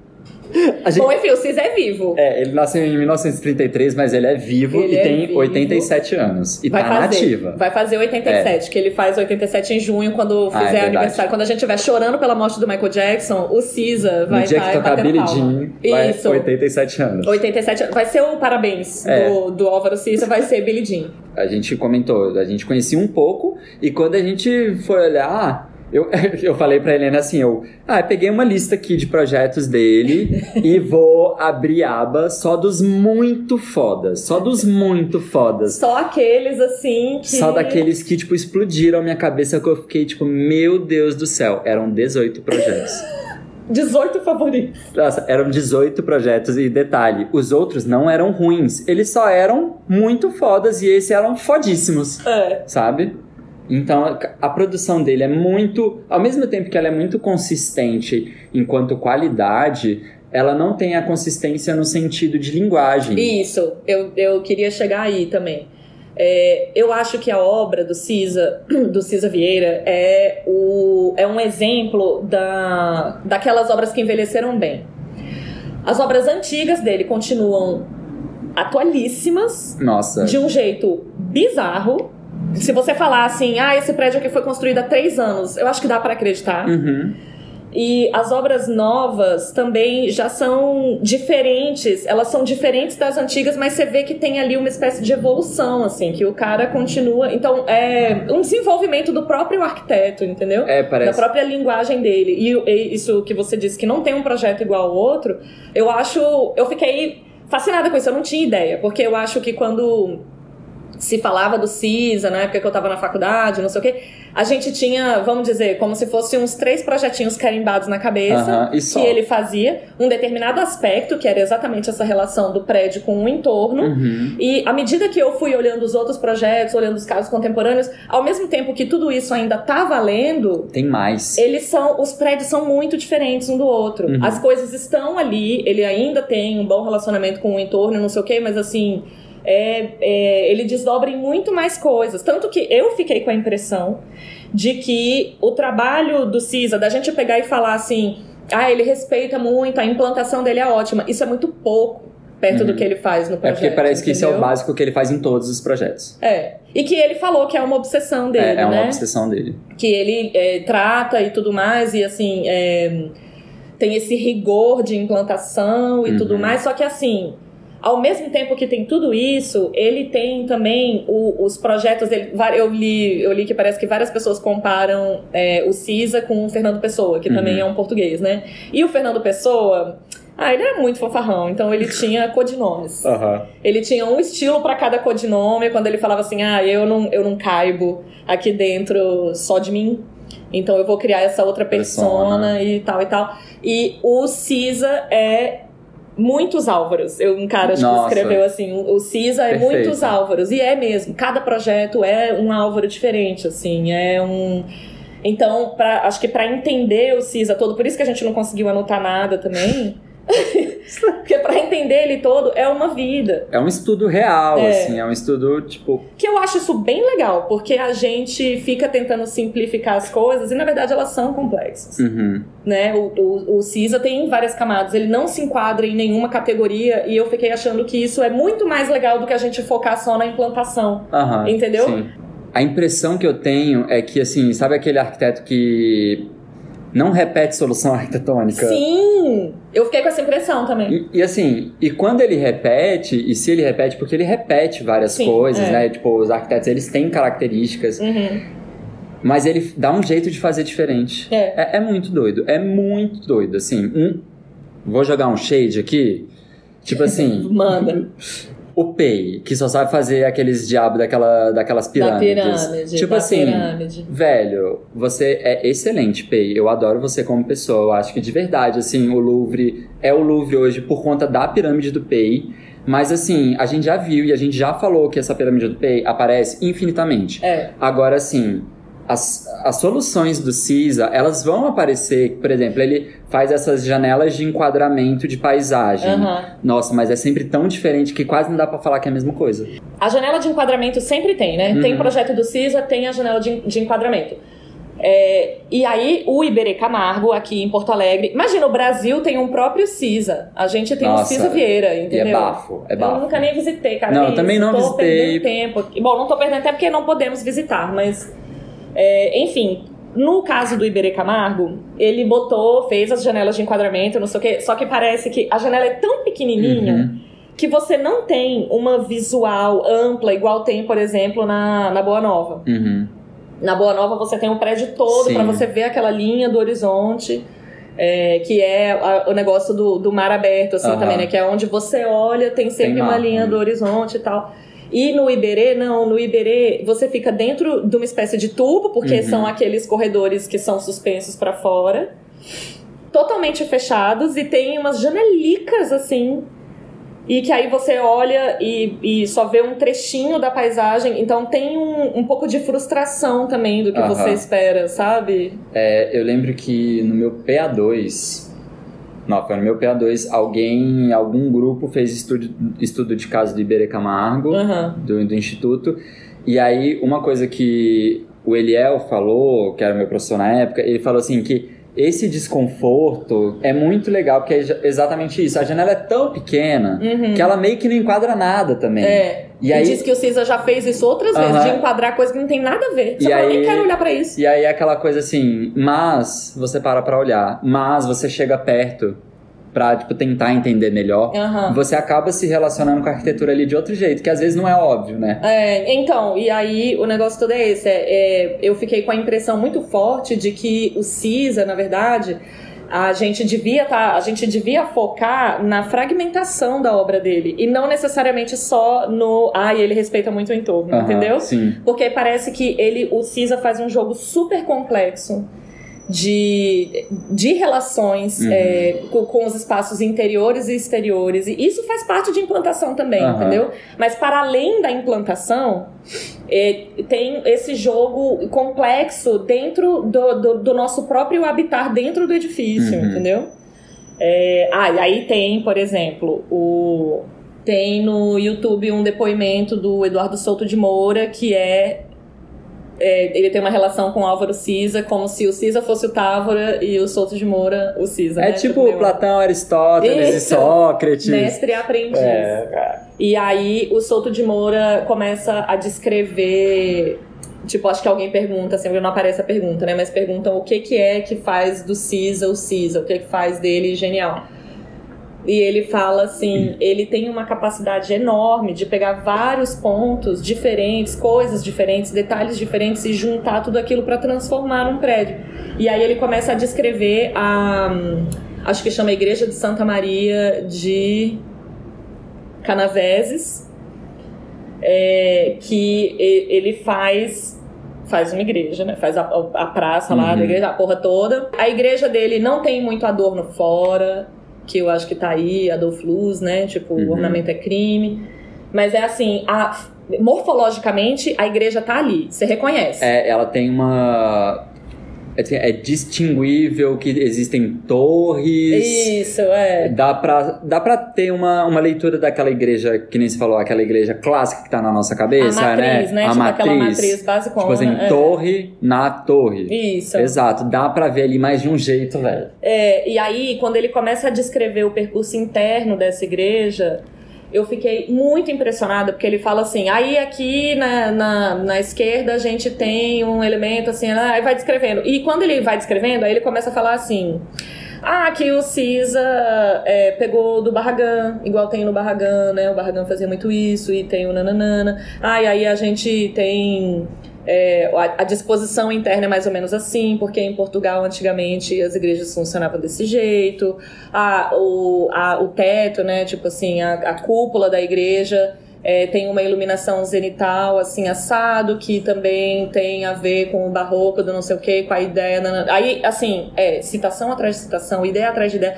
S1: A gente-
S2: Bom, enfim, o CIS é vivo.
S1: É, ele nasceu em 1933, mas ele é vivo
S2: Ele
S1: e
S2: é
S1: tem
S2: vivo.
S1: 87 anos. E
S2: Vai
S1: tá
S2: fazer.
S1: nativa.
S2: Vai fazer 87, que ele faz 87 em junho, quando
S1: É. Ah, é
S2: fizer
S1: verdade.
S2: aniversário. Quando a gente estiver chorando pela morte do Michael Jackson, o Cisa vai
S1: no dia
S2: estar
S1: que tocar
S2: batendo
S1: Billie
S2: palma.
S1: Jean, vai
S2: Isso.
S1: 87 anos.
S2: 87, vai ser o parabéns
S1: É.
S2: do, do Álvaro Cisa, vai ser Billy Jean.
S1: A gente comentou, a gente conhecia um pouco e quando a gente foi olhar, ah, eu, [laughs] eu falei pra Helena assim, eu, ah, eu peguei uma lista aqui de projetos
S2: [laughs]
S1: dele e vou abrir aba só dos muito fodas, só dos muito fodas.
S2: Só aqueles assim que.
S1: Só daqueles que, tipo, explodiram a minha cabeça que eu fiquei, tipo, meu Deus do céu. Eram 18 projetos.
S2: [laughs] 18 favoritos.
S1: Nossa, eram 18 projetos e detalhe, os outros não eram ruins, eles só eram muito fodas e esses eram fodíssimos,
S2: É.
S1: sabe? Então a, a produção dele é muito. Ao mesmo tempo que ela é muito consistente enquanto qualidade, ela não tem a consistência no sentido de linguagem.
S2: Isso, eu, eu queria chegar aí também. É, eu acho que a obra do Cisa, [clears throat] do Cisa Vieira, é, o, é um exemplo da, daquelas obras que envelheceram bem. As obras antigas dele continuam atualíssimas,
S1: Nossa.
S2: de um jeito bizarro. Se você falar assim, ah, esse prédio aqui foi construído há três anos, eu acho que dá pra acreditar.
S1: Uhum.
S2: E as obras novas também já são diferentes, elas são diferentes das antigas, mas você vê que tem ali uma espécie de evolução, assim, que o cara continua. Então, é um desenvolvimento do próprio arquiteto, entendeu?
S1: É, parece.
S2: Da própria linguagem dele. E, e isso que você disse, que não tem um projeto igual ao outro, eu acho. Eu fiquei fascinada com isso, eu não tinha ideia, porque eu acho que quando se falava do CISA, na época que eu tava na faculdade, não sei o quê, a gente tinha, vamos dizer, como se fosse uns três projetinhos carimbados na cabeça.
S1: Aham, E
S2: Que
S1: só.
S2: ele fazia um determinado aspecto, que era exatamente essa relação do prédio com o entorno,
S1: Uhum.
S2: e à medida que eu fui olhando os outros projetos, olhando os casos contemporâneos, ao mesmo tempo que tudo isso ainda tá valendo,
S1: Tem mais.
S2: eles são, os prédios são muito diferentes um do outro.
S1: Uhum.
S2: As coisas estão ali, ele ainda tem um bom relacionamento com o entorno, não sei o quê, mas assim, é, é, ele desdobra em muito mais coisas. Tanto que eu fiquei com a impressão de que o trabalho do CISA, da gente pegar e falar assim, ah, ele respeita muito, a implantação dele é ótima, isso é muito pouco perto
S1: Uhum.
S2: do que ele faz no
S1: É
S2: projeto.
S1: porque parece que isso é o
S2: entendeu?
S1: básico que ele faz em todos os projetos.
S2: É. E que ele falou que é uma obsessão dele,
S1: é, é uma
S2: né?
S1: obsessão dele.
S2: que ele é, trata e tudo mais, e assim, é, tem esse rigor de implantação e
S1: Uhum.
S2: tudo mais, só que assim. Ao mesmo tempo que tem tudo isso, ele tem também o- os projetos dele. va- Eu li, eu li que parece que várias pessoas comparam é, o Cisa com o Fernando Pessoa, que
S1: Uhum.
S2: também é um português, né? E o Fernando Pessoa, ah, ele era muito fanfarrão,
S1: [laughs]
S2: então ele tinha codinomes. Ele tinha um estilo pra cada codinome, quando ele falava assim: "Ah, eu não, eu não caibo aqui dentro só de mim". Então eu vou criar essa outra persona, e tal e tal. E o Cisa é muitos Álvaros. Eu, um cara acho que
S1: Nossa.
S2: escreveu assim: "O Cisa é
S1: Perfeito.
S2: muitos Álvaros". E é mesmo. Cada projeto é um Álvaro diferente, assim, é um então, pra, acho que pra entender o Cisa todo, por isso que a gente não conseguiu anotar nada também. [laughs] Porque pra entender ele todo é uma vida.
S1: É um estudo real,
S2: É.
S1: assim. É um estudo, tipo,
S2: Que eu acho isso bem legal, porque a gente fica tentando simplificar as coisas e na verdade elas são complexas.
S1: uhum,
S2: Né? O, o, o CISA tem várias camadas, ele não se enquadra em nenhuma categoria e eu fiquei achando que isso é muito mais legal do que a gente focar só na implantação.
S1: aham,
S2: Entendeu?
S1: sim. A impressão que eu tenho é que, assim, sabe aquele arquiteto que não repete solução [laughs] arquitetônica?
S2: Sim! Eu fiquei com essa impressão também.
S1: E, e, assim, e quando ele repete, e se ele repete, porque ele repete várias
S2: Sim,
S1: coisas,
S2: é.
S1: né? Tipo, os arquitetos, eles têm características,
S2: Uhum.
S1: mas ele dá um jeito de fazer diferente.
S2: É.
S1: É, é muito doido, é muito doido, assim. um- vou jogar um shade aqui. Tipo assim, [laughs]
S2: [laughs] Manda.
S1: o Pei, que só sabe fazer aqueles diabos daquela, daquelas
S2: Da
S1: pirâmides.
S2: pirâmide.
S1: tipo
S2: da
S1: assim,
S2: pirâmide.
S1: Velho, você é excelente, Pei. Eu adoro você como pessoa. Eu acho que de verdade, assim, o Louvre é o Louvre hoje por conta da pirâmide do Pei. Mas assim, a gente já viu e a gente já falou que essa pirâmide do Pei aparece infinitamente.
S2: É.
S1: Agora, assim, as, as soluções do CISA, elas vão aparecer. Por exemplo, ele faz essas janelas de enquadramento de paisagem.
S2: Aham.
S1: Nossa, mas é sempre tão diferente que quase não dá pra falar que é a mesma coisa.
S2: A janela de enquadramento sempre tem, né? Tem
S1: Uhum.
S2: o projeto do CISA, tem a janela de, de enquadramento. É, e aí, o Iberê Camargo, aqui em Porto Alegre. Imagina, o Brasil tem um próprio CISA. A gente tem um o
S1: Nossa,
S2: CISA Vieira, entendeu?
S1: E é bafo, é bafo.
S2: Eu nunca nem visitei, cara.
S1: Não,
S2: que
S1: eu também
S2: isso,
S1: não
S2: tô
S1: visitei.
S2: perdendo tempo. Bom, não tô perdendo tempo porque não podemos visitar, mas... é, enfim, no caso do Iberê Camargo, ele botou, fez as janelas de enquadramento, não sei o quê. Só que parece que a janela é tão pequenininha
S1: Uhum.
S2: que você não tem uma visual ampla, igual tem, por exemplo, na, na Boa Nova.
S1: Uhum.
S2: Na Boa Nova você tem um prédio todo
S1: Sim.
S2: para você ver aquela linha do horizonte, é, que é a- o negócio do, do mar aberto, assim,
S1: Aham.
S2: também, né? Que é onde você olha, tem sempre
S1: Tem mar,
S2: uma linha
S1: né?
S2: do horizonte e tal. E no Iberê, não, no Iberê você fica dentro de uma espécie de tubo, porque
S1: Uhum.
S2: são aqueles corredores que são suspensos para fora, totalmente fechados, e tem umas janelicas assim E que aí você olha e, e só vê um trechinho da paisagem, então tem um, um pouco de frustração também do que
S1: Aham.
S2: você espera, sabe?
S1: É, eu lembro que no meu PA2, não, foi no meu PA2, alguém, algum grupo fez estudo, estudo de caso do Iberê Camargo,
S2: Aham.
S1: do, do Instituto, e aí uma coisa que o Eliel falou, que era meu professor na época, ele falou assim que esse desconforto é muito legal, porque é exa- exatamente isso, a janela é tão pequena
S2: Uhum.
S1: que ela meio que não enquadra nada também.
S2: É.
S1: E
S2: E
S1: aí-
S2: diz que o Cisa já fez isso outras vezes,
S1: Aham.
S2: de enquadrar coisa que não tem nada a ver.
S1: E
S2: Você fala, nem
S1: aí-
S2: quero olhar pra isso.
S1: E aí é aquela coisa assim, mas você para pra olhar, mas você chega perto pra tipo, tentar entender melhor.
S2: Aham.
S1: Você acaba se relacionando com a arquitetura ali de outro jeito, que às vezes não é óbvio, né?
S2: É, então, e aí o negócio todo é esse. É, é, eu fiquei com a impressão muito forte de que o CISA, na verdade, a gente devia tá, a gente devia focar na fragmentação da obra dele e não necessariamente só no, ah, e ele respeita muito o entorno,
S1: Aham,
S2: É, entendeu?
S1: Sim.
S2: Porque parece que ele, o Cisa faz um jogo super complexo de, de relações
S1: Uhum.
S2: é, co- com, os espaços interiores e exteriores. E isso faz parte de implantação também,
S1: Aham.
S2: entendeu? Mas para além da implantação, é, tem esse jogo complexo dentro do, do, do nosso próprio habitar dentro do edifício,
S1: Uhum.
S2: entendeu? É, ah, e aí tem, por exemplo, o tem no YouTube um depoimento do Eduardo Souto de Moura, que é, é, ele tem uma relação com o Álvaro Cisa, como se o Cisa fosse o Távora e o Souto de Moura o Cisa.
S1: É
S2: né?
S1: tipo
S2: meu,
S1: Platão, Aristóteles e
S2: Isso. né,
S1: Sócrates. É,
S2: Mestre e aprendiz. E aí o Souto de Moura começa a descrever. Tipo, acho que alguém pergunta, assim, não aparece a pergunta, né? Mas perguntam o que que é que faz do Cisa o Cisa, o que que faz dele genial. E ele fala assim, ele tem uma capacidade enorme de pegar vários pontos diferentes, coisas diferentes, detalhes diferentes e juntar tudo aquilo para transformar um prédio. E aí ele começa a descrever a, hum, acho que chama Igreja de Santa Maria de Canaveses, é, que e- ele faz faz uma igreja, né? Faz a, a praça lá da
S1: Uhum.
S2: igreja, a porra toda. A igreja dele não tem muito adorno fora, que eu acho que tá aí, Adolf Luz, né? Tipo,
S1: Uhum.
S2: ornamento é crime. Mas é assim, a- morfologicamente a igreja tá ali, você reconhece.
S1: É, ela tem uma. É, é distinguível que existem torres.
S2: Isso, é.
S1: Dá pra, dá pra ter uma, uma leitura daquela igreja, que nem se falou, aquela igreja clássica que tá na nossa cabeça,
S2: a matriz, né?
S1: A
S2: tipo aquela
S1: matriz.
S2: matriz basicona.
S1: Tipo assim,
S2: é.
S1: torre na torre.
S2: Isso.
S1: Exato, dá pra ver ali mais de um jeito, velho.
S2: É, e aí, quando ele começa a descrever o percurso interno dessa igreja, eu fiquei muito impressionada, porque ele fala assim: aí aqui na, na, na esquerda a gente tem um elemento assim, ah, aí vai descrevendo. E quando ele vai descrevendo, aí ele começa a falar assim. Ah, que o Cisa é, pegou do Barragan, igual tem no Barragan, né? O Barragan fazia muito isso, e tem o nananana. Ah, e aí a gente tem é, a, a disposição interna é mais ou menos assim, porque em Portugal antigamente as igrejas funcionavam desse jeito, a, o, a- o teto, né? Tipo assim, a, a cúpula da igreja. é, tem uma iluminação zenital, assim, assado, que também tem a ver com o barroco do não sei o que, com a ideia. nanana. Aí, assim, é citação atrás de citação, ideia atrás de ideia.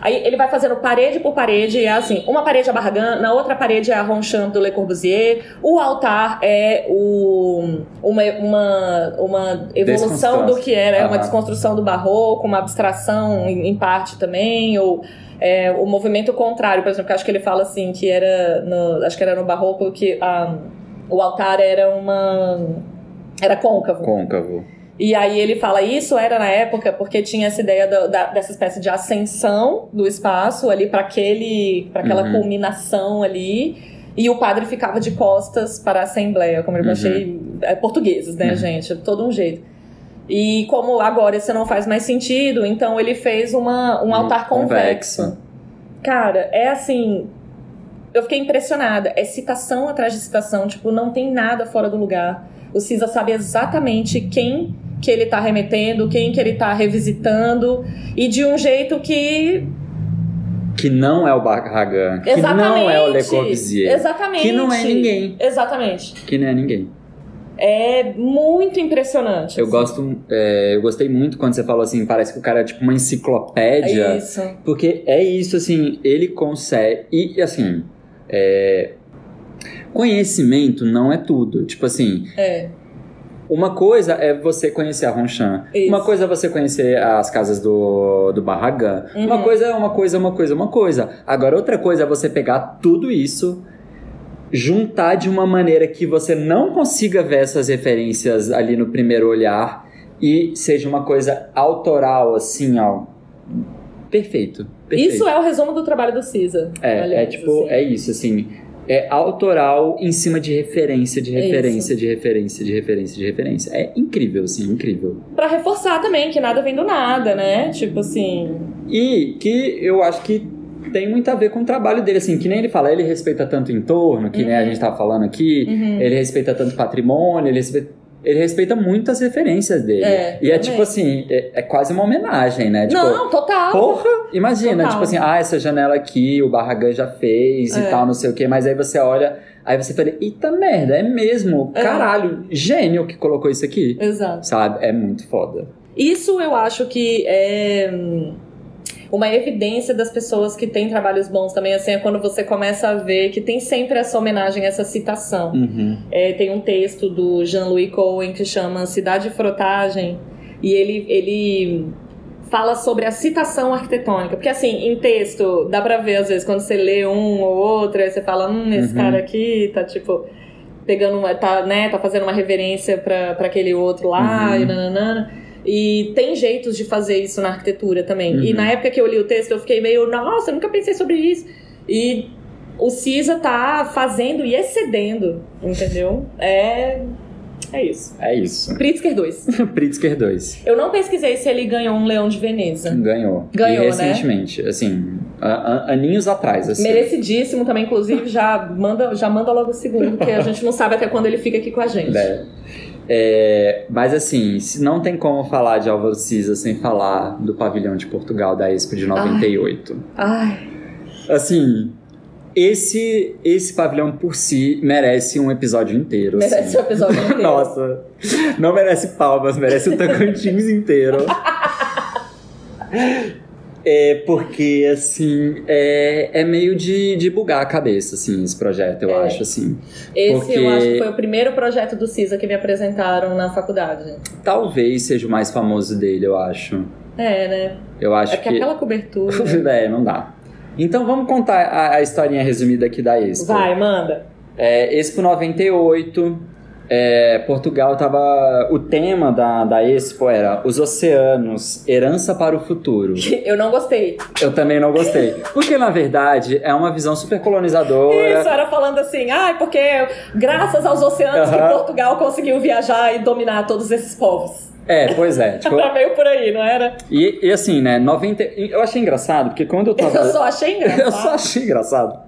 S2: Aí ele vai fazendo parede por parede, e é assim, uma parede é a Barragan, na outra parede é a Ronchamp do Le Corbusier, o altar é o, uma, uma, uma evolução
S1: Desconstrução.
S2: do que era, é uma
S1: Aham.
S2: desconstrução do barroco, uma abstração em, em parte também, ou é, o movimento contrário, por exemplo, que eu acho que ele fala assim, que era no, acho que era no barroco que ah, o altar era uma... era côncavo.
S1: Côncavo.
S2: E aí ele fala, isso era na época porque tinha essa ideia da- da- dessa espécie de ascensão do espaço ali para aquele para aquela
S1: Uhum.
S2: culminação ali. E o padre ficava de costas para a assembleia, como eu
S1: Uhum.
S2: achei é, portugueses, né,
S1: Uhum.
S2: gente? Todo um jeito. E como agora isso não faz mais sentido, então ele fez uma, um
S1: Um
S2: altar convexo.
S1: convexo.
S2: Cara, é assim. Eu fiquei impressionada. É citação atrás de citação, tipo, não tem nada fora do lugar. O Cisa sabe exatamente quem que ele tá remetendo, quem que ele tá revisitando, e de um jeito que.
S1: Que não é o Barragan, que
S2: exatamente.
S1: não é o Le Corbusier,
S2: Exatamente.
S1: que não é ninguém.
S2: Exatamente.
S1: que não é ninguém.
S2: É muito impressionante.
S1: Eu
S2: assim.
S1: gosto, é, eu gostei muito quando você falou assim, parece que o cara é tipo uma enciclopédia.
S2: É isso.
S1: Porque é isso, assim, ele consegue. E, assim, é, conhecimento não é tudo. Tipo assim,
S2: É.
S1: uma coisa é você conhecer a Ronchan,
S2: Isso.
S1: uma coisa é você conhecer as casas do, do Barragã,
S2: Uhum.
S1: uma coisa é uma coisa, uma coisa, uma coisa. Agora, outra coisa é você pegar tudo isso. Juntar de uma maneira que você não consiga ver essas referências ali no primeiro olhar e seja uma coisa autoral, assim, ó. Perfeito. perfeito.
S2: Isso é o resumo do trabalho do Cisa.
S1: É, é
S2: aliás,
S1: tipo,
S2: assim.
S1: é isso, assim. É autoral em cima de referência, de
S2: É isso.
S1: referência, de referência, de referência, de referência. É incrível, assim, incrível.
S2: Pra reforçar também que nada vem do nada, né? Tipo assim.
S1: E que eu acho que tem muito a ver com o trabalho dele, assim, que nem ele fala, ele respeita tanto o entorno, que nem a gente tava falando aqui,
S2: uhum.
S1: ele respeita tanto o patrimônio, ele respeita, ele respeita muito as referências dele.
S2: É,
S1: e é
S2: também.
S1: tipo assim, é, é quase uma homenagem, né? Tipo,
S2: Não, total.
S1: Porra! Imagina,
S2: Total.
S1: tipo assim, ah, essa janela aqui, o Barragan já fez
S2: É.
S1: e tal, não sei o quê, mas aí você olha, aí você fala, eita merda, é mesmo,
S2: É.
S1: caralho, gênio que colocou isso aqui.
S2: Exato.
S1: Sabe? É muito foda.
S2: Isso eu acho que é hum, uma evidência das pessoas que têm trabalhos bons também, assim, é quando você começa a ver que tem sempre essa homenagem, essa citação.
S1: Uhum.
S2: É, tem um texto do Jean-Louis Cohen que chama Cidade e Frotagem, e ele, ele fala sobre a citação arquitetônica. Porque, assim, em texto, dá pra ver, às vezes, quando você lê um ou outro, aí você fala, hum, esse
S1: Uhum.
S2: cara aqui tá, tipo, pegando uma... Tá, né, tá fazendo uma reverência pra pra aquele outro lá,
S1: Uhum.
S2: e nananã. E tem jeitos de fazer isso na arquitetura também. E
S1: Uhum.
S2: na época que eu li o texto, eu fiquei meio, nossa, eu nunca pensei sobre isso. E o CISA tá fazendo e excedendo, entendeu? É. É isso.
S1: É isso.
S2: Pritzker 2.
S1: Pritzker 2.
S2: Eu não pesquisei se ele ganhou um leão de Veneza.
S1: Ganhou.
S2: Ganhou,
S1: e
S2: né?
S1: recentemente, assim, a- a- aninhos atrás, assim.
S2: Merecidíssimo também, inclusive, já manda, já manda logo o segundo, porque a gente não sabe até quando ele fica aqui com a gente.
S1: Né? É, mas assim, se não tem como falar de Álvaro Cisa sem falar do pavilhão de Portugal da Expo de 98.
S2: Ai,
S1: Assim, esse esse pavilhão por si merece um episódio inteiro. assim.
S2: merece
S1: [laughs]
S2: o episódio inteiro.
S1: Nossa, não merece palmas, merece o Tocantins inteiro. [laughs] É porque, assim, é, é meio de, de bugar a cabeça, assim, esse projeto, eu
S2: É.
S1: acho, assim.
S2: Esse eu
S1: porque-
S2: acho que foi o primeiro projeto do CISA que me apresentaram na faculdade.
S1: Talvez seja o mais famoso dele, eu acho.
S2: É, né?
S1: Eu acho
S2: é porque
S1: que...
S2: aquela
S1: [laughs]
S2: cobertura.
S1: é, não dá. Então vamos contar a, a historinha resumida aqui da Expo.
S2: Vai, manda. [laughs]
S1: É, Expo 98, é, Portugal tava. O tema da, da Expo era Os Oceanos, Herança para o Futuro.
S2: Eu não gostei.
S1: Eu também não gostei. Porque, na verdade, é uma visão super colonizadora.
S2: Isso, era falando assim, ah, porque graças aos oceanos que
S1: Aham.
S2: Portugal conseguiu viajar e dominar todos esses povos. [laughs]
S1: É, pois é. tipo,
S2: Era meio por aí, não era?
S1: e, e assim, né? 90, eu achei engraçado, porque quando eu tava.
S2: Eu só
S1: [laughs]
S2: achei
S1: Eu só
S2: engraçado.
S1: achei engraçado.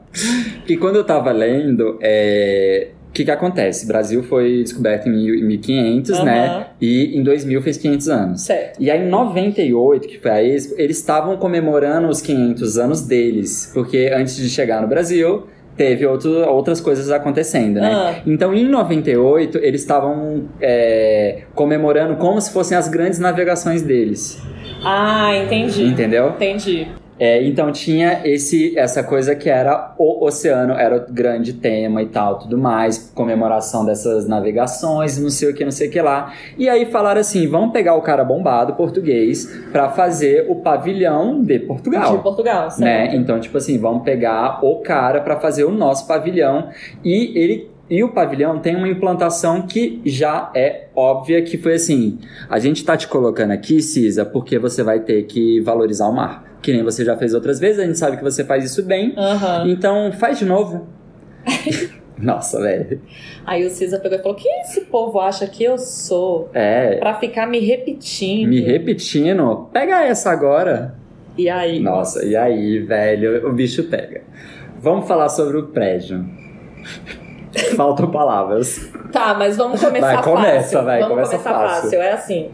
S1: Que quando eu tava lendo, o é... que que acontece? O Brasil foi descoberto em mil- em 1500,
S2: Aham.
S1: né? E em 2000 fez 500 anos.
S2: Certo.
S1: E aí, em 98, que foi a Expo, eles estavam comemorando os 500 anos deles, porque antes de chegar no Brasil, teve outro, outras coisas acontecendo, né?
S2: Ah,
S1: Então, em 98, eles estavam é, comemorando como se fossem as grandes navegações deles,
S2: Ah, entendi.
S1: entendeu?
S2: Entendi.
S1: É, então tinha esse, essa coisa que era o oceano, era o grande tema e tal, tudo mais, comemoração dessas navegações, não sei o que, não sei o que lá. E aí falaram assim: vamos pegar o cara bombado português pra fazer o pavilhão de
S2: De
S1: Portugal.
S2: Portugal, certo.
S1: né? Então, tipo assim, vamos pegar o cara pra fazer o nosso pavilhão e ele. E o pavilhão tem uma implantação que já é óbvia, que foi assim: a gente tá te colocando aqui, Cisa, porque você vai ter que valorizar o mar. Que nem você já fez outras vezes, a gente sabe que você faz isso bem.
S2: Aham.
S1: Então faz de novo. Nossa, velho.
S2: Aí o Cisa pegou e falou: que esse povo acha que eu sou?
S1: É.
S2: Pra ficar me repetindo.
S1: Me repetindo, pega essa agora.
S2: E aí?
S1: Nossa, e aí, velho, o bicho pega. Vamos falar sobre o
S2: [laughs]
S1: prédio. Faltam palavras.
S2: Tá, mas vamos começar
S1: Vai, começa,
S2: fácil.
S1: vai,
S2: vamos
S1: começa
S2: começar
S1: fácil.
S2: É assim.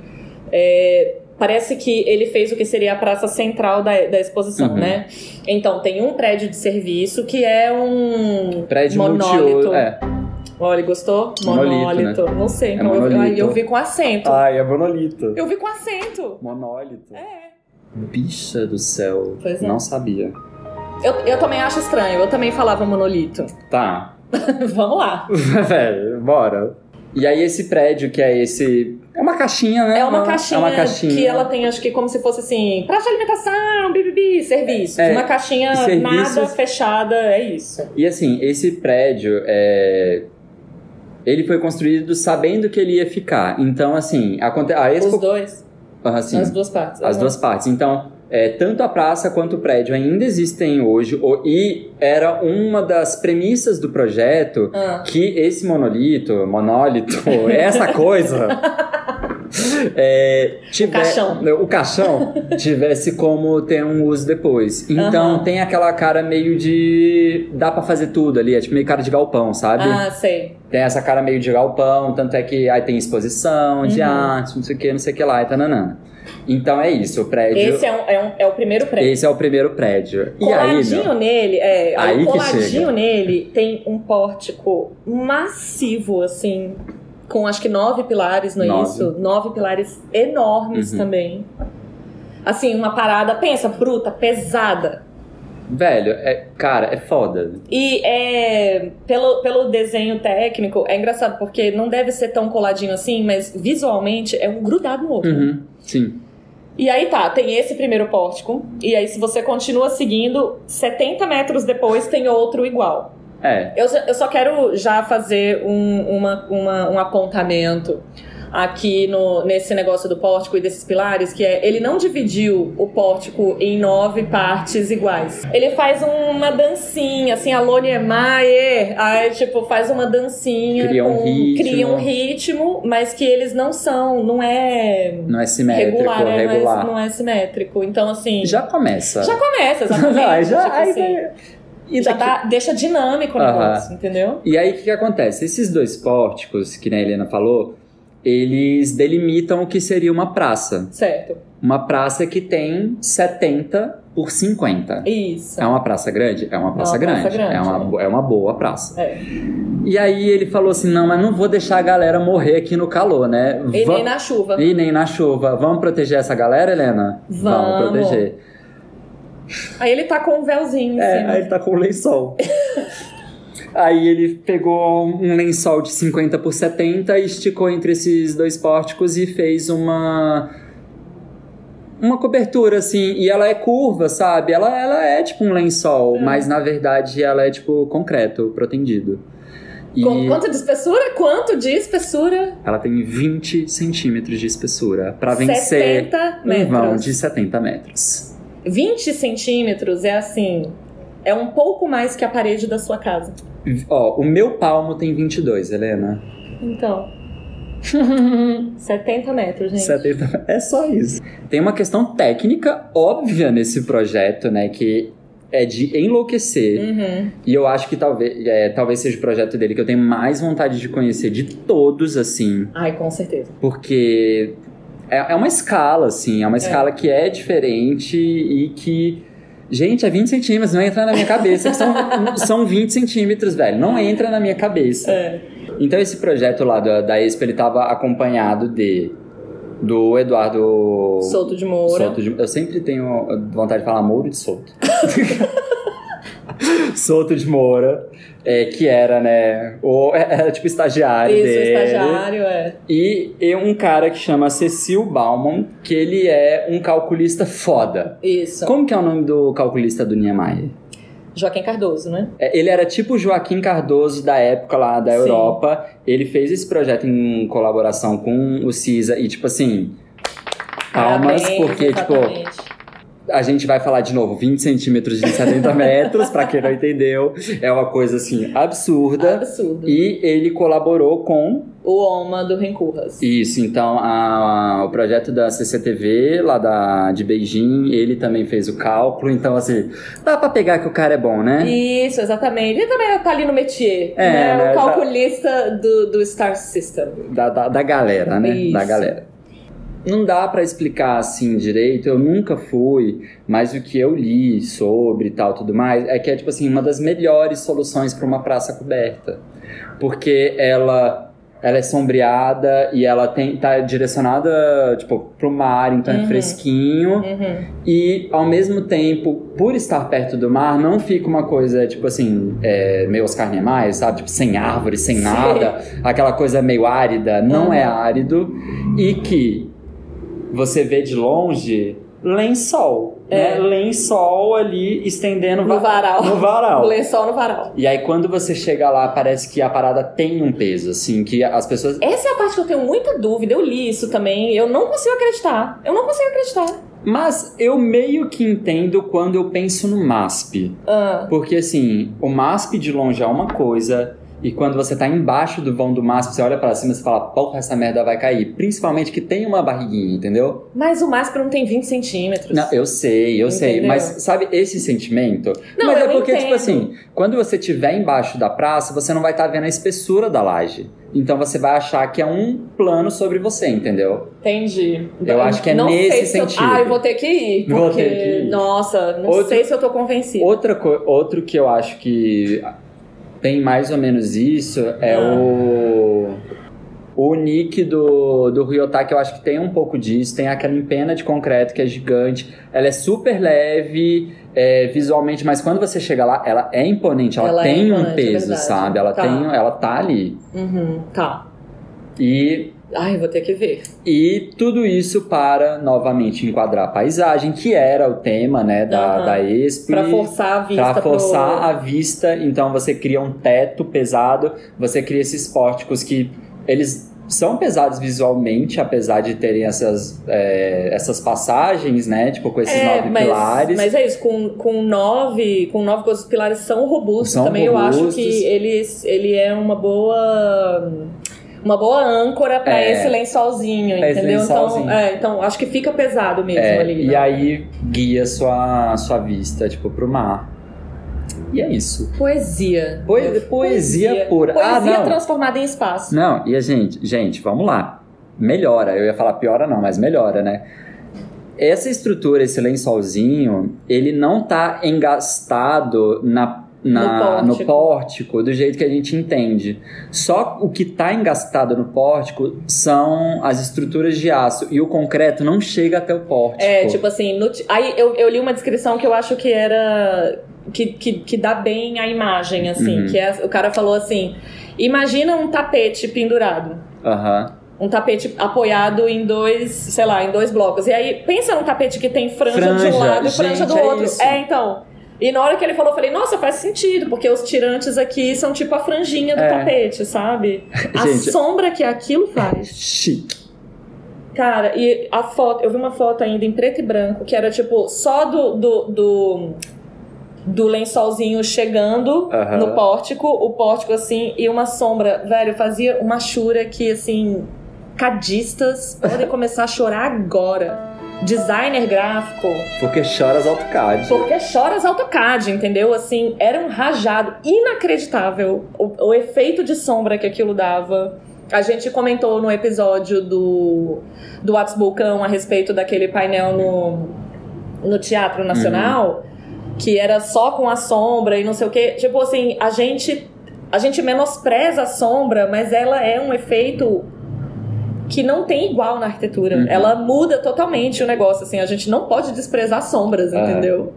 S2: é, parece que ele fez o que seria a praça central da, da exposição,
S1: Uhum.
S2: né? Então, tem um prédio de serviço que é um
S1: Prédio
S2: Monólito.
S1: multiuso. É,
S2: Olha, gostou?
S1: Monolito, né? É
S2: Não sei. então eu-
S1: monolito. Ah.
S2: aí eu, vi com acento.
S3: Ai, é monolito.
S2: Eu vi com acento.
S1: Monólito.
S2: É.
S1: Bicha do céu.
S2: Pois é.
S1: Não sabia.
S2: Eu, eu também acho estranho. Eu também falava monolito. [laughs]
S1: Tá. [laughs]
S2: Vamos lá.
S1: Velho, bora. E aí esse prédio que é esse... É uma caixinha, né?
S2: É uma caixinha,
S1: É uma caixinha.
S2: que ela tem, acho que como se fosse assim, prato de alimentação, bibibi, serviço.
S1: É,
S2: uma caixinha
S1: e serviços-
S2: nada fechada, é isso.
S1: E assim, esse prédio é. Ele foi construído sabendo que ele ia ficar. Então, assim, aconte... a
S2: Os
S1: Expo.
S2: dois,
S1: Assim,
S2: as
S1: as,
S2: duas partes. Aham.
S1: duas partes. Então, é, tanto a praça quanto o prédio ainda existem hoje. o- E era uma das premissas do projeto
S2: Ah,
S1: que esse monolito, monólito,
S2: [laughs]
S1: essa coisa. é, tiver-
S2: caixão.
S1: o caixão tivesse como ter um uso depois. Então
S2: Aham.
S1: tem aquela cara meio de. dá pra fazer tudo ali, é tipo meio cara de galpão, sabe?
S2: ah, sei.
S1: Tem essa cara meio de galpão, tanto é que aí tem exposição de
S2: Uhum.
S1: arte, não sei o que, não sei o que lá, e tananã. Então é isso, o prédio.
S2: Esse é, um- é um- é o primeiro prêmio.
S1: esse é o primeiro prédio. E aí,
S2: Coladinho
S1: meu,
S2: nele, é,
S1: Aí que
S2: coladinho
S1: chega.
S2: nele tem um pórtico massivo, assim, com acho que nove pilares, não é
S1: Nove.
S2: isso? Nove pilares enormes
S1: Uhum.
S2: também. Assim, uma parada, pensa, bruta, pesada.
S1: velho, é, cara, é foda.
S2: E é, pelo, pelo desenho técnico, é engraçado, porque não deve ser tão coladinho assim, mas visualmente é um grudado no outro.
S1: Uhum, sim.
S2: E aí tá, tem esse primeiro pórtico, e aí se você continua seguindo, 70 metros depois tem outro igual.
S1: É.
S2: Eu, só- eu só quero já fazer um, uma- uma- um apontamento aqui no, nesse negócio do pórtico e desses pilares, que é ele não dividiu o pórtico em nove partes iguais. Ele faz uma dancinha, assim, a Lone Maier, aí tipo, faz uma dancinha.
S1: Cria um
S2: com-
S1: ritmo.
S2: Cria um ritmo, mas que eles não são, não é
S1: Não é simétrico,
S2: regular, né? Não é-
S1: regular.
S2: Não, é, simétrico. Então, assim, já,
S1: Já começa. [laughs]
S2: começa, exatamente.
S1: Aí já,
S2: tipo
S1: aí
S2: assim,
S1: E
S2: já
S1: daqui-
S2: dá- deixa dinâmico o
S1: Aham.
S2: negócio, entendeu?
S1: E aí o que, que acontece? Esses dois pórticos, que nem a Helena falou, eles delimitam o que seria uma praça.
S2: Certo.
S1: Uma praça que tem 70 por 50.
S2: Isso.
S1: É uma praça grande? É uma praça, grande.
S2: praça grande,
S1: É, uma, bo- é uma boa praça.
S2: É.
S1: E aí ele falou assim: não, mas não vou deixar a galera morrer aqui no calor, né?
S2: E
S1: Va-
S2: nem é na chuva.
S1: E nem na chuva. Vamos proteger essa galera, Helena?
S2: Vamos.
S1: proteger.
S2: Aí ele tá com um véuzinho em
S1: É,
S2: cima.
S1: aí ele tá com um
S2: [laughs]
S1: lençol. aí ele pegou um lençol de 50 por 70 e esticou entre esses dois pórticos e fez uma. Uma cobertura, assim, e ela é curva, sabe? Ela, ela é tipo um lençol,
S2: Hum.
S1: mas na verdade ela é tipo concreto, protendido. E
S2: Com- quanto de espessura? Quanto de espessura?
S1: ela tem 20 centímetros de espessura pra vencer
S2: 70
S1: um vão
S2: metros.
S1: de 70 metros.
S2: 20 centímetros é assim. É um pouco mais que a parede da sua casa.
S1: Ó, o meu palmo tem 22, Helena.
S2: Então. [laughs] 70 metros, gente.
S1: 70. É só isso. Tem uma questão técnica óbvia nesse projeto, né? Que é de enlouquecer.
S2: Uhum.
S1: E eu acho que talvez, é, talvez seja o projeto dele que eu tenho mais vontade de conhecer de todos, assim.
S2: Ai, com certeza.
S1: Porque é, é uma escala, assim. É uma escala que é diferente e que. Gente, é 20 centímetros, não entra na minha cabeça. que São, [laughs] são 20 centímetros, velho. Não entra na minha cabeça.
S2: É.
S1: Então esse projeto lá da, da Expo, ele tava acompanhado de do Eduardo
S2: Solto de Moura.
S1: Souto de- eu sempre tenho vontade de falar Mouro de
S2: [laughs]
S1: Souto. Souto de Moura, é, que era, né, o, era tipo estagiário
S2: Isso, o
S1: dele.
S2: estagiário, é.
S1: E, e um cara que chama Cecil Bauman, que ele é um calculista foda.
S2: Isso.
S1: Como que é o nome do calculista do Niemeyer?
S2: Joaquim Cardoso, né?
S1: É, Ele era tipo o Joaquim Cardoso da época lá da
S2: Sim.
S1: Europa. Ele fez esse projeto em colaboração com o CISA e, tipo assim. Palmas,
S2: Parabéns,
S1: porque, tipo,
S2: exatamente.
S1: a gente vai falar de novo, 20 centímetros de
S2: [laughs]
S1: 70 metros, pra quem não entendeu. É uma coisa, assim, absurda.
S2: Absurdo.
S1: E ele colaborou com
S2: O Oma do Rencurras.
S1: isso. Então, a- o projeto da CCTV, lá da, de Beijing, ele também fez o cálculo. Então, assim, dá pra pegar que o cara é bom, né?
S2: Isso, exatamente. Ele também tá ali no métier.
S1: É,
S2: né?
S1: né,
S2: O
S1: tá-
S2: calculista do, do Star System.
S1: da, da, da galera, né?
S2: Isso.
S1: Da galera. Não dá pra explicar assim direito, eu nunca fui, mas o que eu li sobre e tal tudo mais é que é tipo assim, uma das melhores soluções pra uma praça coberta. porque ela ela é sombreada e ela tem tá direcionada tipo pro mar, então é
S2: Uhum.
S1: fresquinho.
S2: Uhum.
S1: E ao mesmo tempo, por estar perto do mar, não fica uma coisa tipo assim, é, meio Oscar Niemeyer, sabe? Tipo, sem árvore, sem
S2: Sim.
S1: nada, aquela coisa meio árida. Não é árido e que você vê de longe lençol,
S2: É.
S1: né? Lençol ali estendendo
S2: No
S1: va-
S2: varal.
S1: No varal.
S2: Lençol no varal.
S1: E aí quando você chega lá, parece que a parada tem um peso, assim, que as pessoas
S2: Essa é a parte que eu tenho muita dúvida. Eu li isso também. Eu não consigo acreditar. Eu não consigo acreditar.
S1: Mas eu meio que entendo quando eu penso no MASP.
S2: Ah,
S1: Porque assim, o MASP de longe é uma coisa, e quando você tá embaixo do vão do MASP, você olha pra cima e você fala, porra, essa merda vai cair. Principalmente que tem uma barriguinha, entendeu?
S2: mas o máscara não tem 20 centímetros.
S1: Não, eu sei, eu sei.
S2: Entendeu?
S1: Mas sabe esse sentimento?
S2: Não,
S1: mas
S2: eu
S1: é porque, tipo
S2: entendo.
S1: assim, quando você estiver embaixo da praça, você não vai estar vendo a espessura da laje. Então você vai achar que é um plano sobre você, entendeu?
S2: Entendi.
S1: Eu acho que é
S2: não sei
S1: nesse
S2: se eu-
S1: sentido.
S2: Ah, eu vou ter que ir. Porque,
S1: Vou ter que ir.
S2: nossa, não
S1: Outro-
S2: sei se eu tô convencida.
S1: Outra co- outro que eu acho que tem mais ou menos isso é
S2: Ah.
S1: o. O nick do, do Ryota, que eu acho que tem um pouco disso. Tem aquela empena de concreto que é gigante. Ela é super leve é, visualmente, mas quando você chega lá, ela é imponente. Ela,
S2: Ela é
S1: tem um
S2: imponente, é
S1: peso,
S2: verdade.
S1: sabe? Ela,
S2: Tá.
S1: tem, ela tá ali.
S2: Uhum, tá.
S1: E
S2: Ai, eu vou ter que ver.
S1: e tudo isso para novamente enquadrar a paisagem, que era o tema né, da,
S2: Aham.
S1: da Expo.
S2: Pra forçar a vista.
S1: Pra forçar
S2: pro...
S1: a vista, então você cria um teto pesado, você cria esses pórticos que eles são pesados visualmente, apesar de terem essas, é, essas passagens, né? Tipo, com esses
S2: É,
S1: nove
S2: mas,
S1: pilares.
S2: mas é isso, com, com nove, com nove coisas, os pilares são robustos
S1: São
S2: também. Eu
S1: robustos.
S2: acho que ele, ele é uma boa uma boa âncora pra
S1: É.
S2: esse lençolzinho,
S1: Pra esse
S2: entendeu?
S1: lençolzinho.
S2: Então, é, então acho que fica pesado mesmo
S1: É,
S2: ali.
S1: e
S2: né?
S1: aí guia sua, sua vista, tipo, pro mar. E é isso.
S2: Poesia.
S1: Poe- poesia pura. Ah,
S2: Poesia
S1: não.
S2: transformada em espaço.
S1: Não, e a gente, gente, vamos lá. Melhora, eu ia falar piora não, mas melhora, né? Essa estrutura, esse lençolzinho, ele não tá engastado na, na- no,
S2: No pórtico.
S1: pórtico. do jeito que a gente entende. Só o que tá engastado no pórtico são as estruturas de aço e o concreto não chega até o pórtico.
S2: É, tipo assim, no ti- aí eu, eu li uma descrição que eu acho que era. Que, que, que dá bem a imagem, assim.
S1: Uhum.
S2: Que é, o cara falou assim: imagina um tapete pendurado.
S1: Aham.
S2: Um tapete apoiado em dois, sei lá, em dois blocos. E aí, pensa num tapete que tem franja, de
S1: Franja,
S2: um lado e
S1: gente,
S2: franja do
S1: é
S2: outro.
S1: isso.
S2: É, então. E na hora que ele falou, eu falei, nossa, faz sentido, porque os tirantes aqui são tipo a franjinha do
S1: É.
S2: tapete, sabe? A
S1: Gente.
S2: sombra que aquilo faz.
S1: Chique.
S2: Cara, e a foto, eu vi uma foto ainda em preto e branco, que era tipo só do do, do, do lençolzinho chegando
S1: Aham.
S2: no pórtico, o pórtico assim, e uma sombra. Velho, fazia uma chura que assim, cadistas podem começar a chorar agora. Designer gráfico,
S1: Porque choras AutoCAD.
S2: porque choras AutoCAD, entendeu? Assim, era um rajado inacreditável o, o efeito de sombra que aquilo dava. A gente comentou no episódio do, do Atos Bulcão a respeito daquele painel no, no Teatro Nacional,
S1: Uhum.
S2: que era só com a sombra e não sei o quê. Tipo assim, a gente, a gente menospreza a sombra, mas ela é um efeito que não tem igual na arquitetura.
S1: Uhum.
S2: Ela muda totalmente o negócio, assim. A gente não pode desprezar sombras,
S1: É.
S2: entendeu?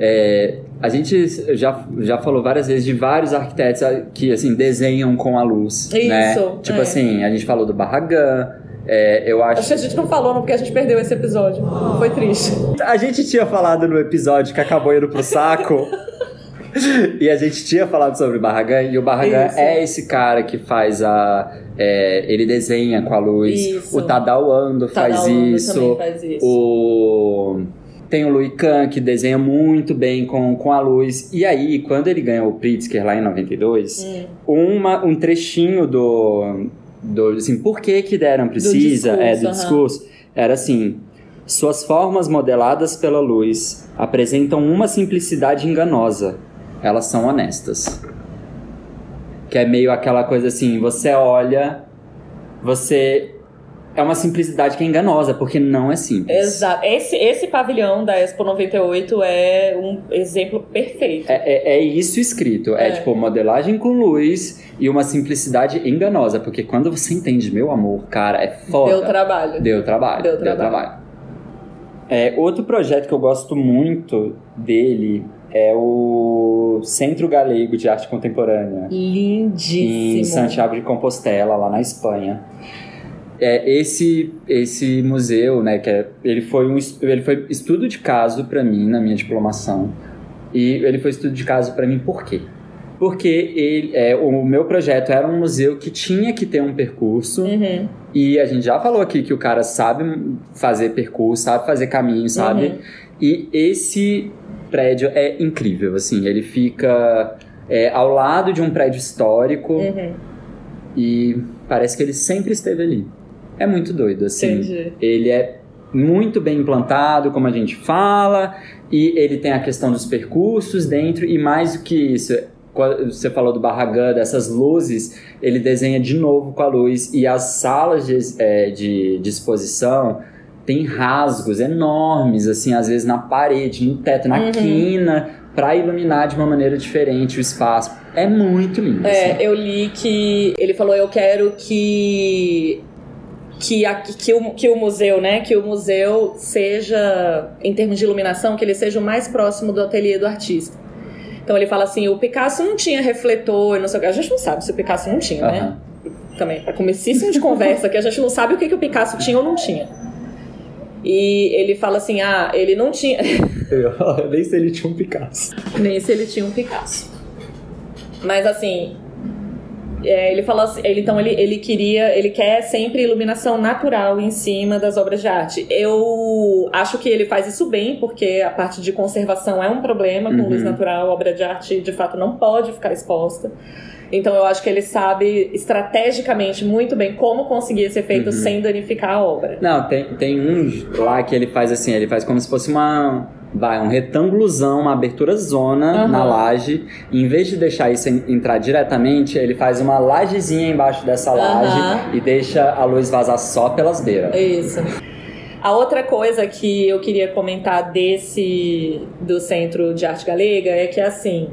S1: É, a gente já, já falou várias vezes de vários arquitetos ah, que assim desenham com a luz,
S2: Isso,
S1: né?
S2: é.
S1: Tipo assim, a gente falou do Barragan, é, eu
S2: Acho
S1: acho.
S2: que a gente não falou, não, porque a gente perdeu esse episódio. Foi triste.
S1: A gente tinha falado no episódio que acabou indo pro
S2: [laughs]
S1: saco. E a gente tinha falado sobre o Barragan, e o Barragan
S2: Isso.
S1: é esse cara que faz a. é, ele desenha com a luz.
S2: Isso.
S1: O Tadao Ando faz
S2: Tadauando
S1: isso.
S2: um também faz isso.
S1: O... Tem o Louis Kahn, que desenha muito bem com, com a luz. E aí, quando ele ganhou o Pritzker lá em 92,
S2: Hum,
S1: uma, um trechinho do, do... Assim, por que que deram precisa?
S2: discurso,
S1: é, do
S2: aham.
S1: discurso. Era assim... Suas formas modeladas pela luz apresentam uma simplicidade enganosa. Elas são honestas. Que é meio aquela coisa assim, você olha, você é uma simplicidade que é enganosa, porque não é simples.
S2: Exato. Esse, esse pavilhão da Expo 98 é um exemplo perfeito.
S1: É, é, é isso escrito. É.
S2: É.
S1: tipo modelagem com luz e uma simplicidade enganosa. Porque quando você entende, meu amor, cara, é foda.
S2: Deu trabalho.
S1: Deu trabalho.
S2: Deu trabalho.
S1: É, outro projeto que eu gosto muito dele é o Centro Galego de Arte Contemporânea, em
S2: Lindíssimo.
S1: Santiago de Compostela, lá na Espanha. É, esse, esse museu, né, que é, ele, foi um, es- ele foi estudo de caso para mim, na minha diplomação. E ele foi estudo de caso para mim por quê? Porque ele, é, o meu projeto era um museu que tinha que ter um percurso
S2: Uhum.
S1: e a gente já falou aqui que o cara sabe fazer percurso, sabe fazer caminho, sabe?
S2: Uhum.
S1: E esse prédio é incrível, assim, ele fica é, ao lado de um prédio histórico
S2: Uhum.
S1: e parece que ele sempre esteve ali. É muito doido, assim.
S2: Entendi.
S1: Ele é muito bem implantado, como a gente fala, e ele tem a questão dos percursos dentro, e mais do que isso, qua- você falou do Barragã, dessas luzes, ele desenha de novo com a luz, e as salas de, ex- eh, de, de exposição tem rasgos enormes, assim, às vezes na parede, no teto, na
S2: Uhum.
S1: quina, para iluminar de uma maneira diferente o espaço. É muito lindo. assim.
S2: É, eu li que ele falou eu quero que que, a, que, o, que o museu, né, que o museu seja em termos de iluminação, que ele seja o mais próximo do ateliê do artista. Então ele fala assim, o Picasso não tinha refletor, e não sei o que. A gente não sabe se o Picasso não tinha, né?
S1: Aham.
S2: também, para comecíssimo de [laughs] conversa, que a gente não sabe o que, que o Picasso tinha ou não tinha. E ele fala assim: ah, ele não tinha.
S1: Eu nem sei ele tinha um Picasso.
S2: Nem se ele tinha um Picasso. Mas assim. é, ele fala assim, ele, então ele, ele queria, ele quer sempre iluminação natural em cima das obras de arte. Eu acho que ele faz isso bem, porque a parte de conservação é um problema com
S1: Uhum.
S2: luz natural, obra de arte de fato não pode ficar exposta. Então eu acho que ele sabe estrategicamente muito bem como conseguir esse efeito
S1: Uhum.
S2: sem danificar a obra.
S1: Não, tem, tem um lá que ele faz assim, ele faz como se fosse uma. Vai, um retângulozão, uma abertura zona
S2: Aham.
S1: na laje. E em vez de deixar isso en- entrar diretamente, ele faz uma lajezinha embaixo dessa laje
S2: Aham.
S1: e deixa a luz vazar só pelas beiras.
S2: Isso. A outra coisa que eu queria comentar desse do Centro de Arte Galega é que assim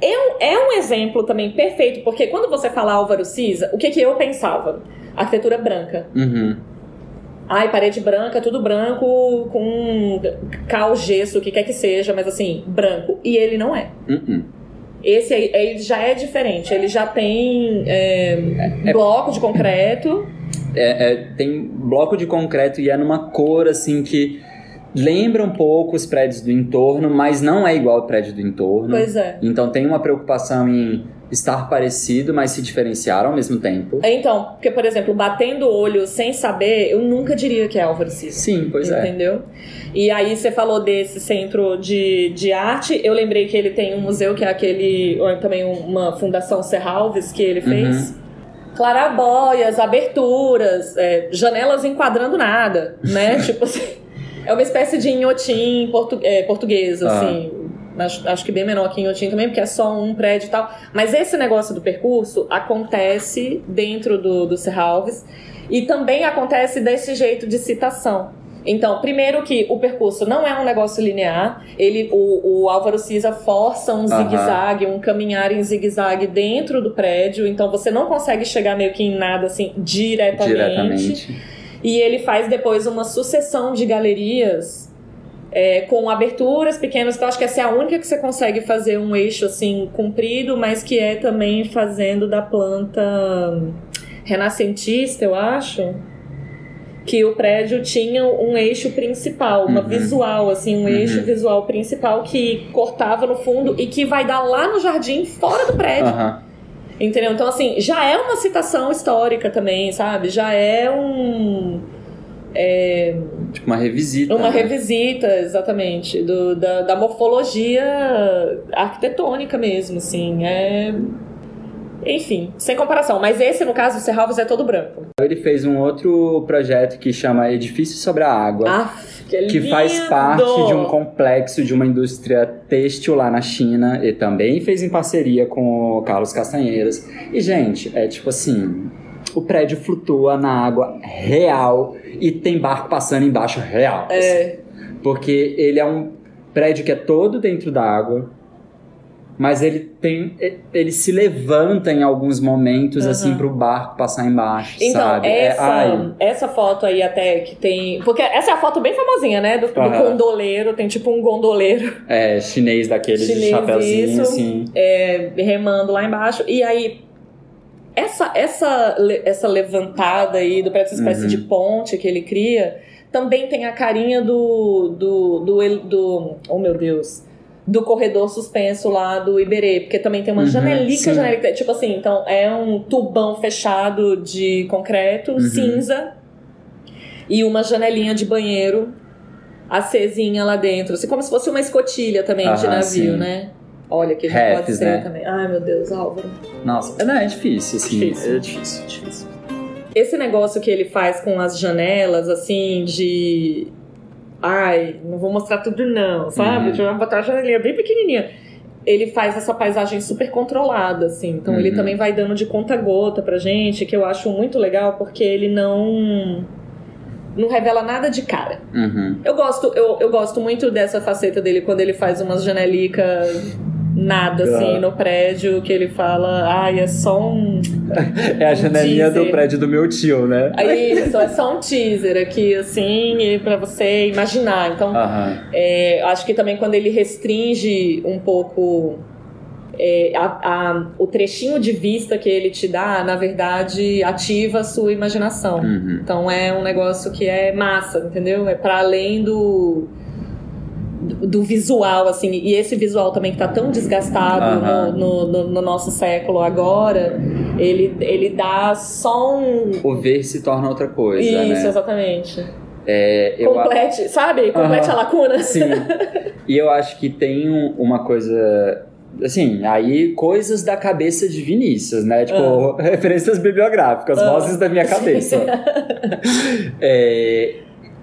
S2: é um, é um exemplo também perfeito porque quando você fala Álvaro Cisa, o que que eu pensava? Arquitetura branca.
S1: Uhum.
S2: Ai, parede branca, tudo branco com cal, gesso, o que quer que seja, mas assim, branco. E ele não é.
S1: uhum.
S2: Esse aí ele já é diferente. Ele já tem é, bloco de concreto.
S1: É- é- tem bloco de concreto e é numa cor assim que lembra um pouco os prédios do entorno, mas não é igual ao prédio do entorno.
S2: Pois é.
S1: Então tem uma preocupação em estar parecido, mas se diferenciar ao mesmo tempo.
S2: Então, porque, por exemplo, batendo o olho sem saber, eu nunca diria que é Álvaro Siso.
S1: Sim, pois é.
S2: entendeu? E aí você falou desse centro de, de arte. Eu lembrei que ele tem um museu, que é aquele. Ou também uma fundação Serralves que ele
S1: Uhum.
S2: fez. Clarabóias, aberturas, é, janelas enquadrando nada,
S1: [laughs]
S2: né? tipo assim. É uma espécie de inhotim portu, é, português,
S1: Ah.
S2: assim. Acho, acho que bem menor que inhotim também, porque é só um prédio e tal. Mas esse negócio do percurso acontece dentro do, do Serralves e também acontece desse jeito de citação. Então, primeiro que o percurso não é um negócio linear, ele, o, o Álvaro Cisa força um
S1: Aham.
S2: zigue-zague, um caminhar em zigue-zague dentro do prédio, então você não consegue chegar meio que em nada assim
S1: Diretamente.
S2: e ele faz depois uma sucessão de galerias é, com aberturas pequenas, que eu acho que essa é a única que você consegue fazer um eixo assim comprido, mas que é também fazendo da planta renascentista, eu acho. Que o prédio tinha um eixo principal, uma
S1: Uhum.
S2: visual, assim, um eixo
S1: Uhum.
S2: visual principal que cortava no fundo e que vai dar lá no jardim, fora do prédio.
S1: Aham.
S2: Entendeu? Então, assim, já é uma citação histórica também, sabe? Já é um. é,
S1: Tipo uma revisita.
S2: uma
S1: né?
S2: revisita, exatamente, do- da, da morfologia arquitetônica mesmo, assim. É. Enfim, sem comparação. Mas esse, no caso, o Serralves é todo branco.
S1: Ele fez um outro projeto que chama Edifício sobre a Água.
S2: Ah, que,
S1: Que faz
S2: lindo!
S1: parte de um complexo de uma indústria têxtil lá na China e também fez em parceria com o Carlos Castanheiras. E, gente, é tipo assim: o prédio flutua na água real e tem barco passando embaixo real. assim.
S2: É,
S1: Porque ele é um prédio que é todo dentro da água, mas ele tem e- ele se levanta em alguns momentos
S2: Aham.
S1: assim pro barco passar embaixo,
S2: Então,
S1: sabe? É-
S2: essa,
S1: ai,
S2: essa foto aí até que tem. Porque essa é a foto bem famosinha, né? Do, do
S1: Aham.
S2: gondoleiro, tem tipo um gondoleiro
S1: é chinês daquele de
S2: Chinês,
S1: chapéuzinho
S2: isso.
S1: assim.
S2: é, remando lá embaixo. E aí, essa, essa, le- essa levantada aí do prédio, essa espécie
S1: Uhum.
S2: de ponte que ele cria, também tem a carinha do. do, do, el- do- oh meu Deus! Do corredor suspenso lá do Iberê, porque também tem uma
S1: Uhum,
S2: janelica,
S1: sim.
S2: janelica. Tipo assim, então é um tubão fechado de concreto,
S1: Uhum.
S2: cinza, e uma janelinha de banheiro acesinha lá dentro. Assim, como se fosse uma escotilha também de
S1: Ah,
S2: navio,
S1: sim.
S2: né? Olha, que a gente pode
S1: Refs,
S2: ser
S1: né?
S2: também. Ai, meu Deus, Álvaro.
S1: Nossa, não, é difícil, assim.
S2: Difícil.
S1: É difícil, difícil.
S2: Esse negócio que ele faz com as janelas, assim, de. Ai, não vou mostrar tudo, não, sabe?
S1: Uhum.
S2: Deixa eu botar uma janelinha bem pequenininha. Ele faz essa paisagem super controlada, assim. Então ele
S1: Uhum.
S2: também vai dando de conta-gota pra gente, que eu acho muito legal, porque ele não. Não revela nada de cara.
S1: Uhum.
S2: Eu gosto, eu, eu gosto muito dessa faceta dele quando ele faz umas janelicas nada assim
S1: Ah.
S2: no prédio que ele fala, ai, é só um.
S1: É a janelinha
S2: Teaser.
S1: do prédio do meu tio, né?
S2: é Isso, é só um teaser aqui, assim, e pra você imaginar. Então,
S1: Aham.
S2: é, eu acho que também quando ele restringe um pouco é, a- a- o trechinho de vista que ele te dá, na verdade, ativa a sua imaginação.
S1: Uhum.
S2: Então é um negócio que é massa, entendeu? É pra além do do do visual, assim, e esse visual também que tá tão desgastado
S1: Aham.
S2: no, no- no- no nosso século agora, ele, ele dá só um.
S1: O ver se torna outra coisa,
S2: Isso,
S1: né?
S2: exatamente.
S1: É, eu a-
S2: Complete, sabe? Complete
S1: Aham.
S2: a lacuna.
S1: Sim. E eu acho que tem um- uma coisa. Assim, aí coisas da cabeça de Vinícius, né? Tipo, referências bibliográficas,
S2: Ah.
S1: vozes da minha cabeça. É,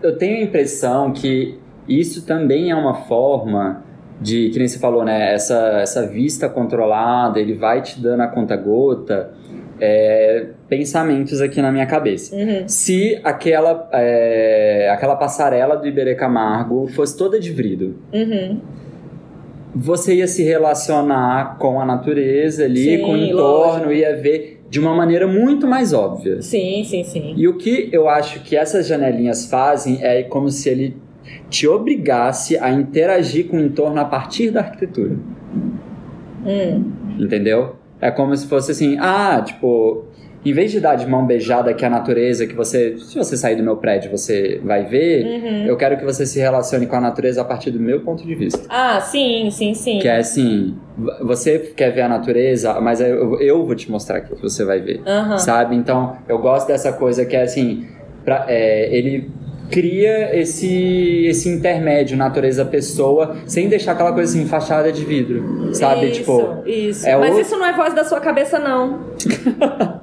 S1: eu tenho a impressão que isso também é uma forma de, que nem você falou, né? Essa, essa vista controlada, ele vai te dando a conta-gota. é, pensamentos aqui na minha cabeça
S2: [laughs] Uhum.
S1: se aquela, é, aquela passarela do Iberê Camargo fosse toda de vidro.
S2: Uhum.
S1: Você ia se relacionar com a natureza ali,
S2: Sim,
S1: com o entorno,
S2: lógico.
S1: ia ver de uma maneira muito mais óbvia.
S2: Sim, sim, sim.
S1: E o que eu acho que essas janelinhas fazem é como se ele te obrigasse a interagir com o entorno a partir da arquitetura.
S2: Hum.
S1: Entendeu? É como se fosse assim, ah, tipo, em vez de dar de mão beijada que é a natureza, que você, se você sair do meu prédio, você vai ver,
S2: Uhum.
S1: eu quero que você se relacione com a natureza a partir do meu ponto de vista.
S2: Ah, sim, sim, sim.
S1: Que é assim, v- você quer ver a natureza, mas eu, eu vou te mostrar que você vai ver.
S2: Aham.
S1: Sabe? Então, eu gosto dessa coisa que é assim, pra- é, ele cria esse, esse intermédio natureza-pessoa, sem deixar aquela coisa assim, fachada de vidro. Sabe?
S2: Isso,
S1: Tipo,
S2: isso.
S1: é
S2: Mas
S1: o-
S2: isso não é voz da sua
S1: [laughs]
S2: cabeça, não.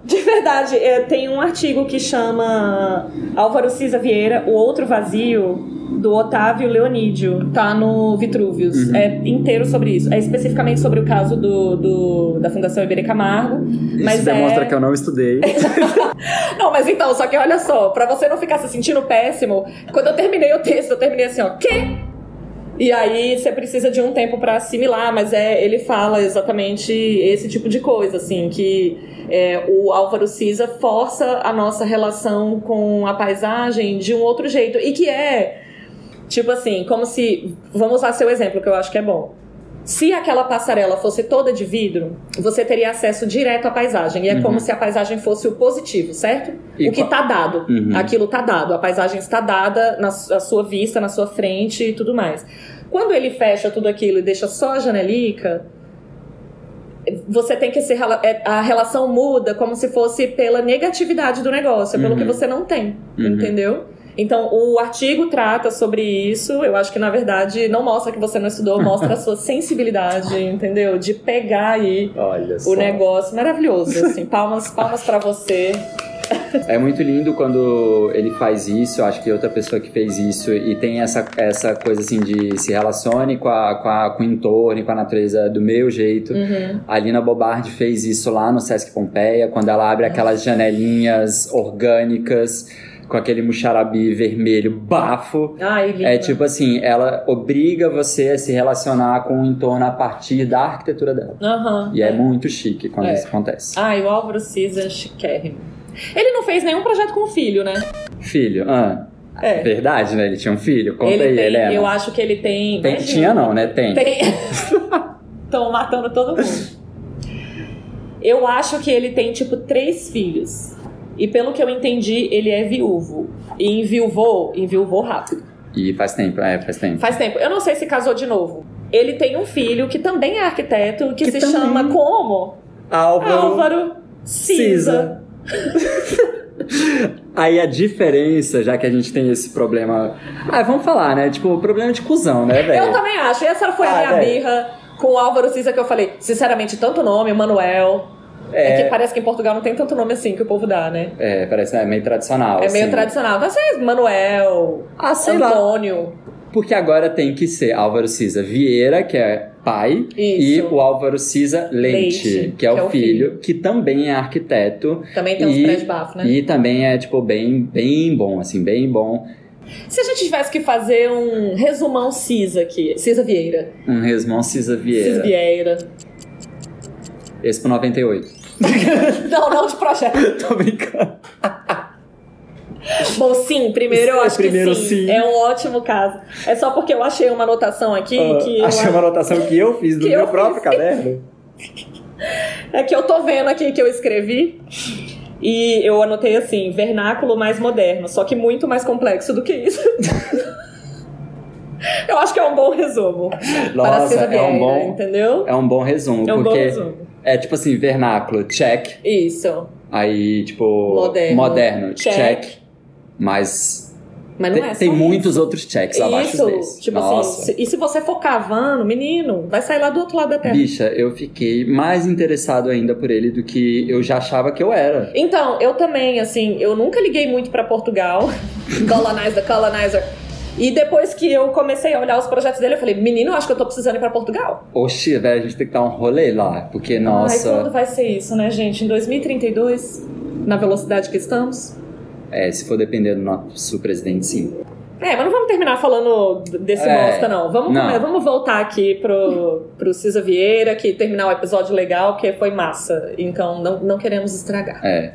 S2: De verdade, é, tem um artigo que chama Álvaro Cisa Vieira, O Outro Vazio, do Otávio Leonídio. Tá no Vitruvius.
S1: Uhum.
S2: É inteiro sobre isso. É especificamente sobre o caso do, do- da Fundação Iberê Camargo.
S1: isso
S2: Mas
S1: demonstra
S2: é-
S1: que eu não estudei.
S2: Não, mas então, só que olha só, pra você não ficar se sentindo péssimo, quando eu terminei o texto, eu terminei assim, ó, quê? E aí você precisa de um tempo pra assimilar, mas é, ele fala exatamente esse tipo de coisa, assim, que é, o Álvaro Cisa força a nossa relação com a paisagem de um outro jeito. E que é, tipo assim, como se. Vamos usar seu exemplo, que eu acho que é bom. Se aquela passarela fosse toda de vidro, você teria acesso direto à paisagem. E é
S1: Uhum.
S2: como se a paisagem fosse o positivo, certo?
S1: E
S2: [laughs] o que
S1: qua-
S2: tá dado.
S1: Uhum.
S2: Aquilo tá dado. A paisagem está dada na su- à sua vista, na sua frente e tudo mais. Quando ele fecha tudo aquilo e deixa só a janelica, você tem que se. rela- é- A relação muda como se fosse pela negatividade do negócio, é pelo
S1: Uhum.
S2: que você não tem.
S1: Uhum.
S2: Entendeu? Então, o artigo trata sobre isso. Eu acho que, na verdade, não mostra que você não estudou,
S1: [laughs]
S2: mostra a sua sensibilidade, entendeu? De pegar aí
S1: Olha só. [laughs]
S2: o negócio maravilhoso, assim. Palmas, palmas para você.
S1: É muito lindo quando ele faz isso, acho que outra pessoa que fez isso, e tem essa, essa coisa assim de se relacione com, a, com, a, com o entorno, e com a natureza do meu jeito.
S2: Uhum.
S1: A Lina Bobardi fez isso lá no Sesc Pompeia, quando ela abre aquelas janelinhas orgânicas com aquele muxarabi vermelho bafo.
S2: Ai, lindo.
S1: É tipo assim, ela obriga você a se relacionar com o entorno a partir da arquitetura dela.
S2: Aham.
S1: E é muito chique quando
S2: É.
S1: isso acontece.
S2: Ai, o Álvaro Cisa é chiquérrimo. Ele não fez nenhum projeto com o filho, né?
S1: Filho, ah,
S2: É.
S1: verdade, né? Ele tinha um filho? Conta aí,
S2: tem,
S1: Helena.
S2: Eu acho que ele tem.
S1: né? Tem-
S2: Imagina.
S1: tinha não, né? Tem.
S2: Tem. [laughs] Estão matando todo mundo. Eu acho que ele tem, tipo, três filhos. E pelo que eu entendi, ele é viúvo. E enviuvou, enviuvou rápido.
S1: E faz tempo, é, faz tempo.
S2: Faz tempo. Eu não sei se casou de novo. Ele tem um filho que também é arquiteto, que,
S1: Que
S2: se
S1: também-
S2: chama como? Álvaro Cisa.
S1: Cisa. [laughs] Aí a diferença, já que a gente tem esse problema. Ah, vamos falar, né? Tipo, o problema de cuzão, né,
S2: Eu
S1: velho?
S2: também acho. E essa foi a
S1: Ah,
S2: minha
S1: velho.
S2: birra com o Álvaro Cisa que eu falei. Sinceramente, tanto nome, Manuel. É... que parece que em Portugal não tem tanto nome assim que o povo dá, né?
S1: É, parece é meio tradicional.
S2: é meio
S1: assim.
S2: tradicional. Mas é Manuel,
S1: Ah, sei lá.
S2: Antônio.
S1: Porque agora tem que ser Álvaro Cisa Vieira, que é pai, e
S2: Isso.
S1: o Álvaro Cisa Leite,
S2: Leite,
S1: que é, o filho, que também é arquiteto
S2: Também tem uns
S1: E-
S2: prédios bafos, né?
S1: e também é, tipo, bem, bem bom, assim, bem bom.
S2: Se a gente tivesse que fazer um resumão Cisa aqui, Cisa Vieira.
S1: Um resmão Cisa Vieira.
S2: Cisa Vieira. [laughs]
S1: Esse pro 98.
S2: Não, não de projeto.
S1: [laughs] Tô brincando.
S2: Bom, sim, primeiro eu
S1: É,
S2: acho
S1: primeiro
S2: que sim.
S1: sim.
S2: É um ótimo caso. É só porque eu achei uma anotação aqui que. eu
S1: Ah, achei uma anotação que eu fiz do
S2: [laughs] que eu
S1: meu próprio
S2: [laughs]
S1: caderno.
S2: É que eu tô vendo aqui que eu escrevi. E eu anotei assim, vernáculo mais moderno, só que muito mais complexo do que isso. [laughs] eu acho que é um bom resumo. para a
S1: Nossa,
S2: Cisa
S1: é um
S2: Vieira,
S1: bom,
S2: entendeu?
S1: é um bom resumo,
S2: né? Então- É um bom
S1: porque
S2: resumo.
S1: é tipo assim, vernáculo, check.
S2: Isso.
S1: Aí, tipo,
S2: Moderno.
S1: moderno,
S2: Check.
S1: check. Mas
S2: Mas não
S1: Tem,
S2: é só
S1: tem
S2: isso.
S1: muitos outros checks abaixo
S2: Isso,
S1: desse.
S2: tipo
S1: Nossa.
S2: assim, se- e se você for cavando, menino, vai sair lá do outro lado da terra.
S1: Bicha, eu fiquei mais interessado ainda por ele do que eu já achava que eu era.
S2: Então, eu também, assim, eu nunca liguei muito pra Portugal. [laughs] colonizer, colonizer. E depois que eu comecei a olhar os projetos dele, eu falei, menino, eu acho que eu tô precisando ir pra Portugal.
S1: Oxi, velho, a gente tem que dar um rolê lá, porque,
S2: Ai, quando
S1: nossa,
S2: vai ser isso, né, gente? Em 2032, na velocidade que estamos.
S1: é, se for depender do nosso presidente, sim.
S2: É, mas não vamos terminar falando d- desse
S1: É,
S2: bosta, não. Vamos,
S1: não.
S2: come- vamos voltar aqui pro, pro Cisa Vieira, que terminar o episódio legal, porque foi massa. Então, não, não queremos estragar.
S1: É.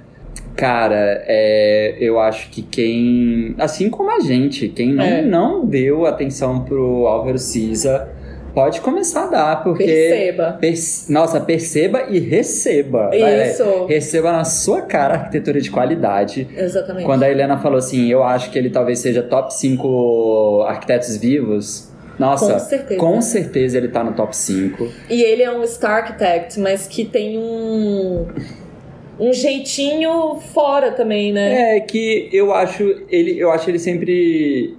S1: Cara, é, eu acho que quem, assim como a gente, quem não,
S2: É.
S1: não deu atenção pro Álvaro Cisa, pode começar a dar, porque...
S2: Perceba.
S1: perce- nossa, perceba e receba. né?
S2: Isso,
S1: Receba na sua cara a arquitetura de qualidade.
S2: exatamente.
S1: Quando a Helena falou assim, eu acho que ele talvez seja top 5 arquitetos vivos.
S2: Com
S1: Nossa,
S2: certeza.
S1: com certeza ele tá no top 5.
S2: E ele é um Star Architect, mas que tem um. um jeitinho fora também, né?
S1: É que eu acho ele, eu acho ele sempre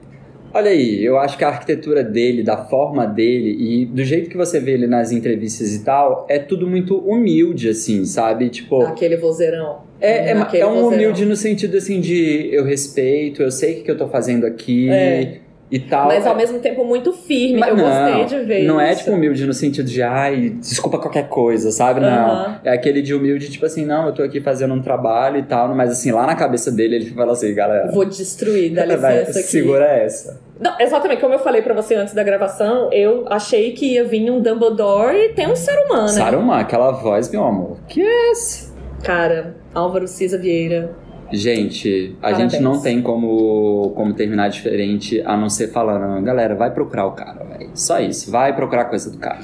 S1: Olha aí, eu acho que a arquitetura dele, da forma dele e do jeito que você vê ele nas entrevistas e tal, é tudo muito humilde assim, sabe? Tipo,
S2: Aquele vozeirão.
S1: É, é, ma-
S2: Naquele
S1: é um
S2: vozeirão.
S1: humilde no sentido assim de eu respeito, eu sei o que, que eu tô fazendo aqui
S2: É.
S1: e tal.
S2: Mas ao mesmo tempo muito firme.
S1: Ah, Mas
S2: eu
S1: não,
S2: gostei de ver.
S1: Não é
S2: isso.
S1: tipo humilde no sentido de ai, desculpa qualquer coisa, sabe? Não.
S2: Aham.
S1: É aquele de humilde, tipo assim, não, eu tô aqui fazendo um trabalho e tal, mas assim, lá na cabeça dele ele fala assim, galera.
S2: Vou destruir,
S1: [laughs]
S2: dá
S1: vai,
S2: licença aqui.
S1: segura essa.
S2: Não, exatamente, como eu falei pra você antes da gravação, eu achei que ia vir um Dumbledore e tem um ser humano. né?
S1: Saruman, aquela voz, meu amor. Que é essa?
S2: Cara, Álvaro Cisa Vieira.
S1: Gente, a
S2: Parabéns.
S1: gente não tem como, como terminar diferente a não ser falando, galera, vai procurar o cara, velho. Só isso, vai procurar a coisa do cara.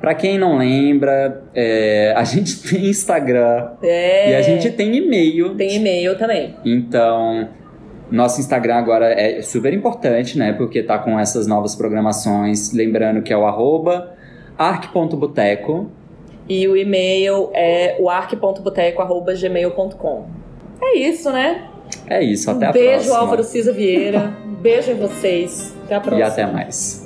S1: Pra quem não lembra, é, a [laughs] gente tem Instagram
S2: É.
S1: e a gente tem e-mail.
S2: tem e-mail também.
S1: Então, nosso Instagram agora é super importante, né? Porque tá com essas novas programações. Lembrando que é o arroba arc.boteco.
S2: E o e-mail é o arc.boteco.gmail.com. É isso, né?
S1: É isso, até
S2: um
S1: a
S2: beijo,
S1: próxima.
S2: Álvaro Cisa Vieira. beijo em vocês. Até a
S1: E
S2: próxima.
S1: até mais.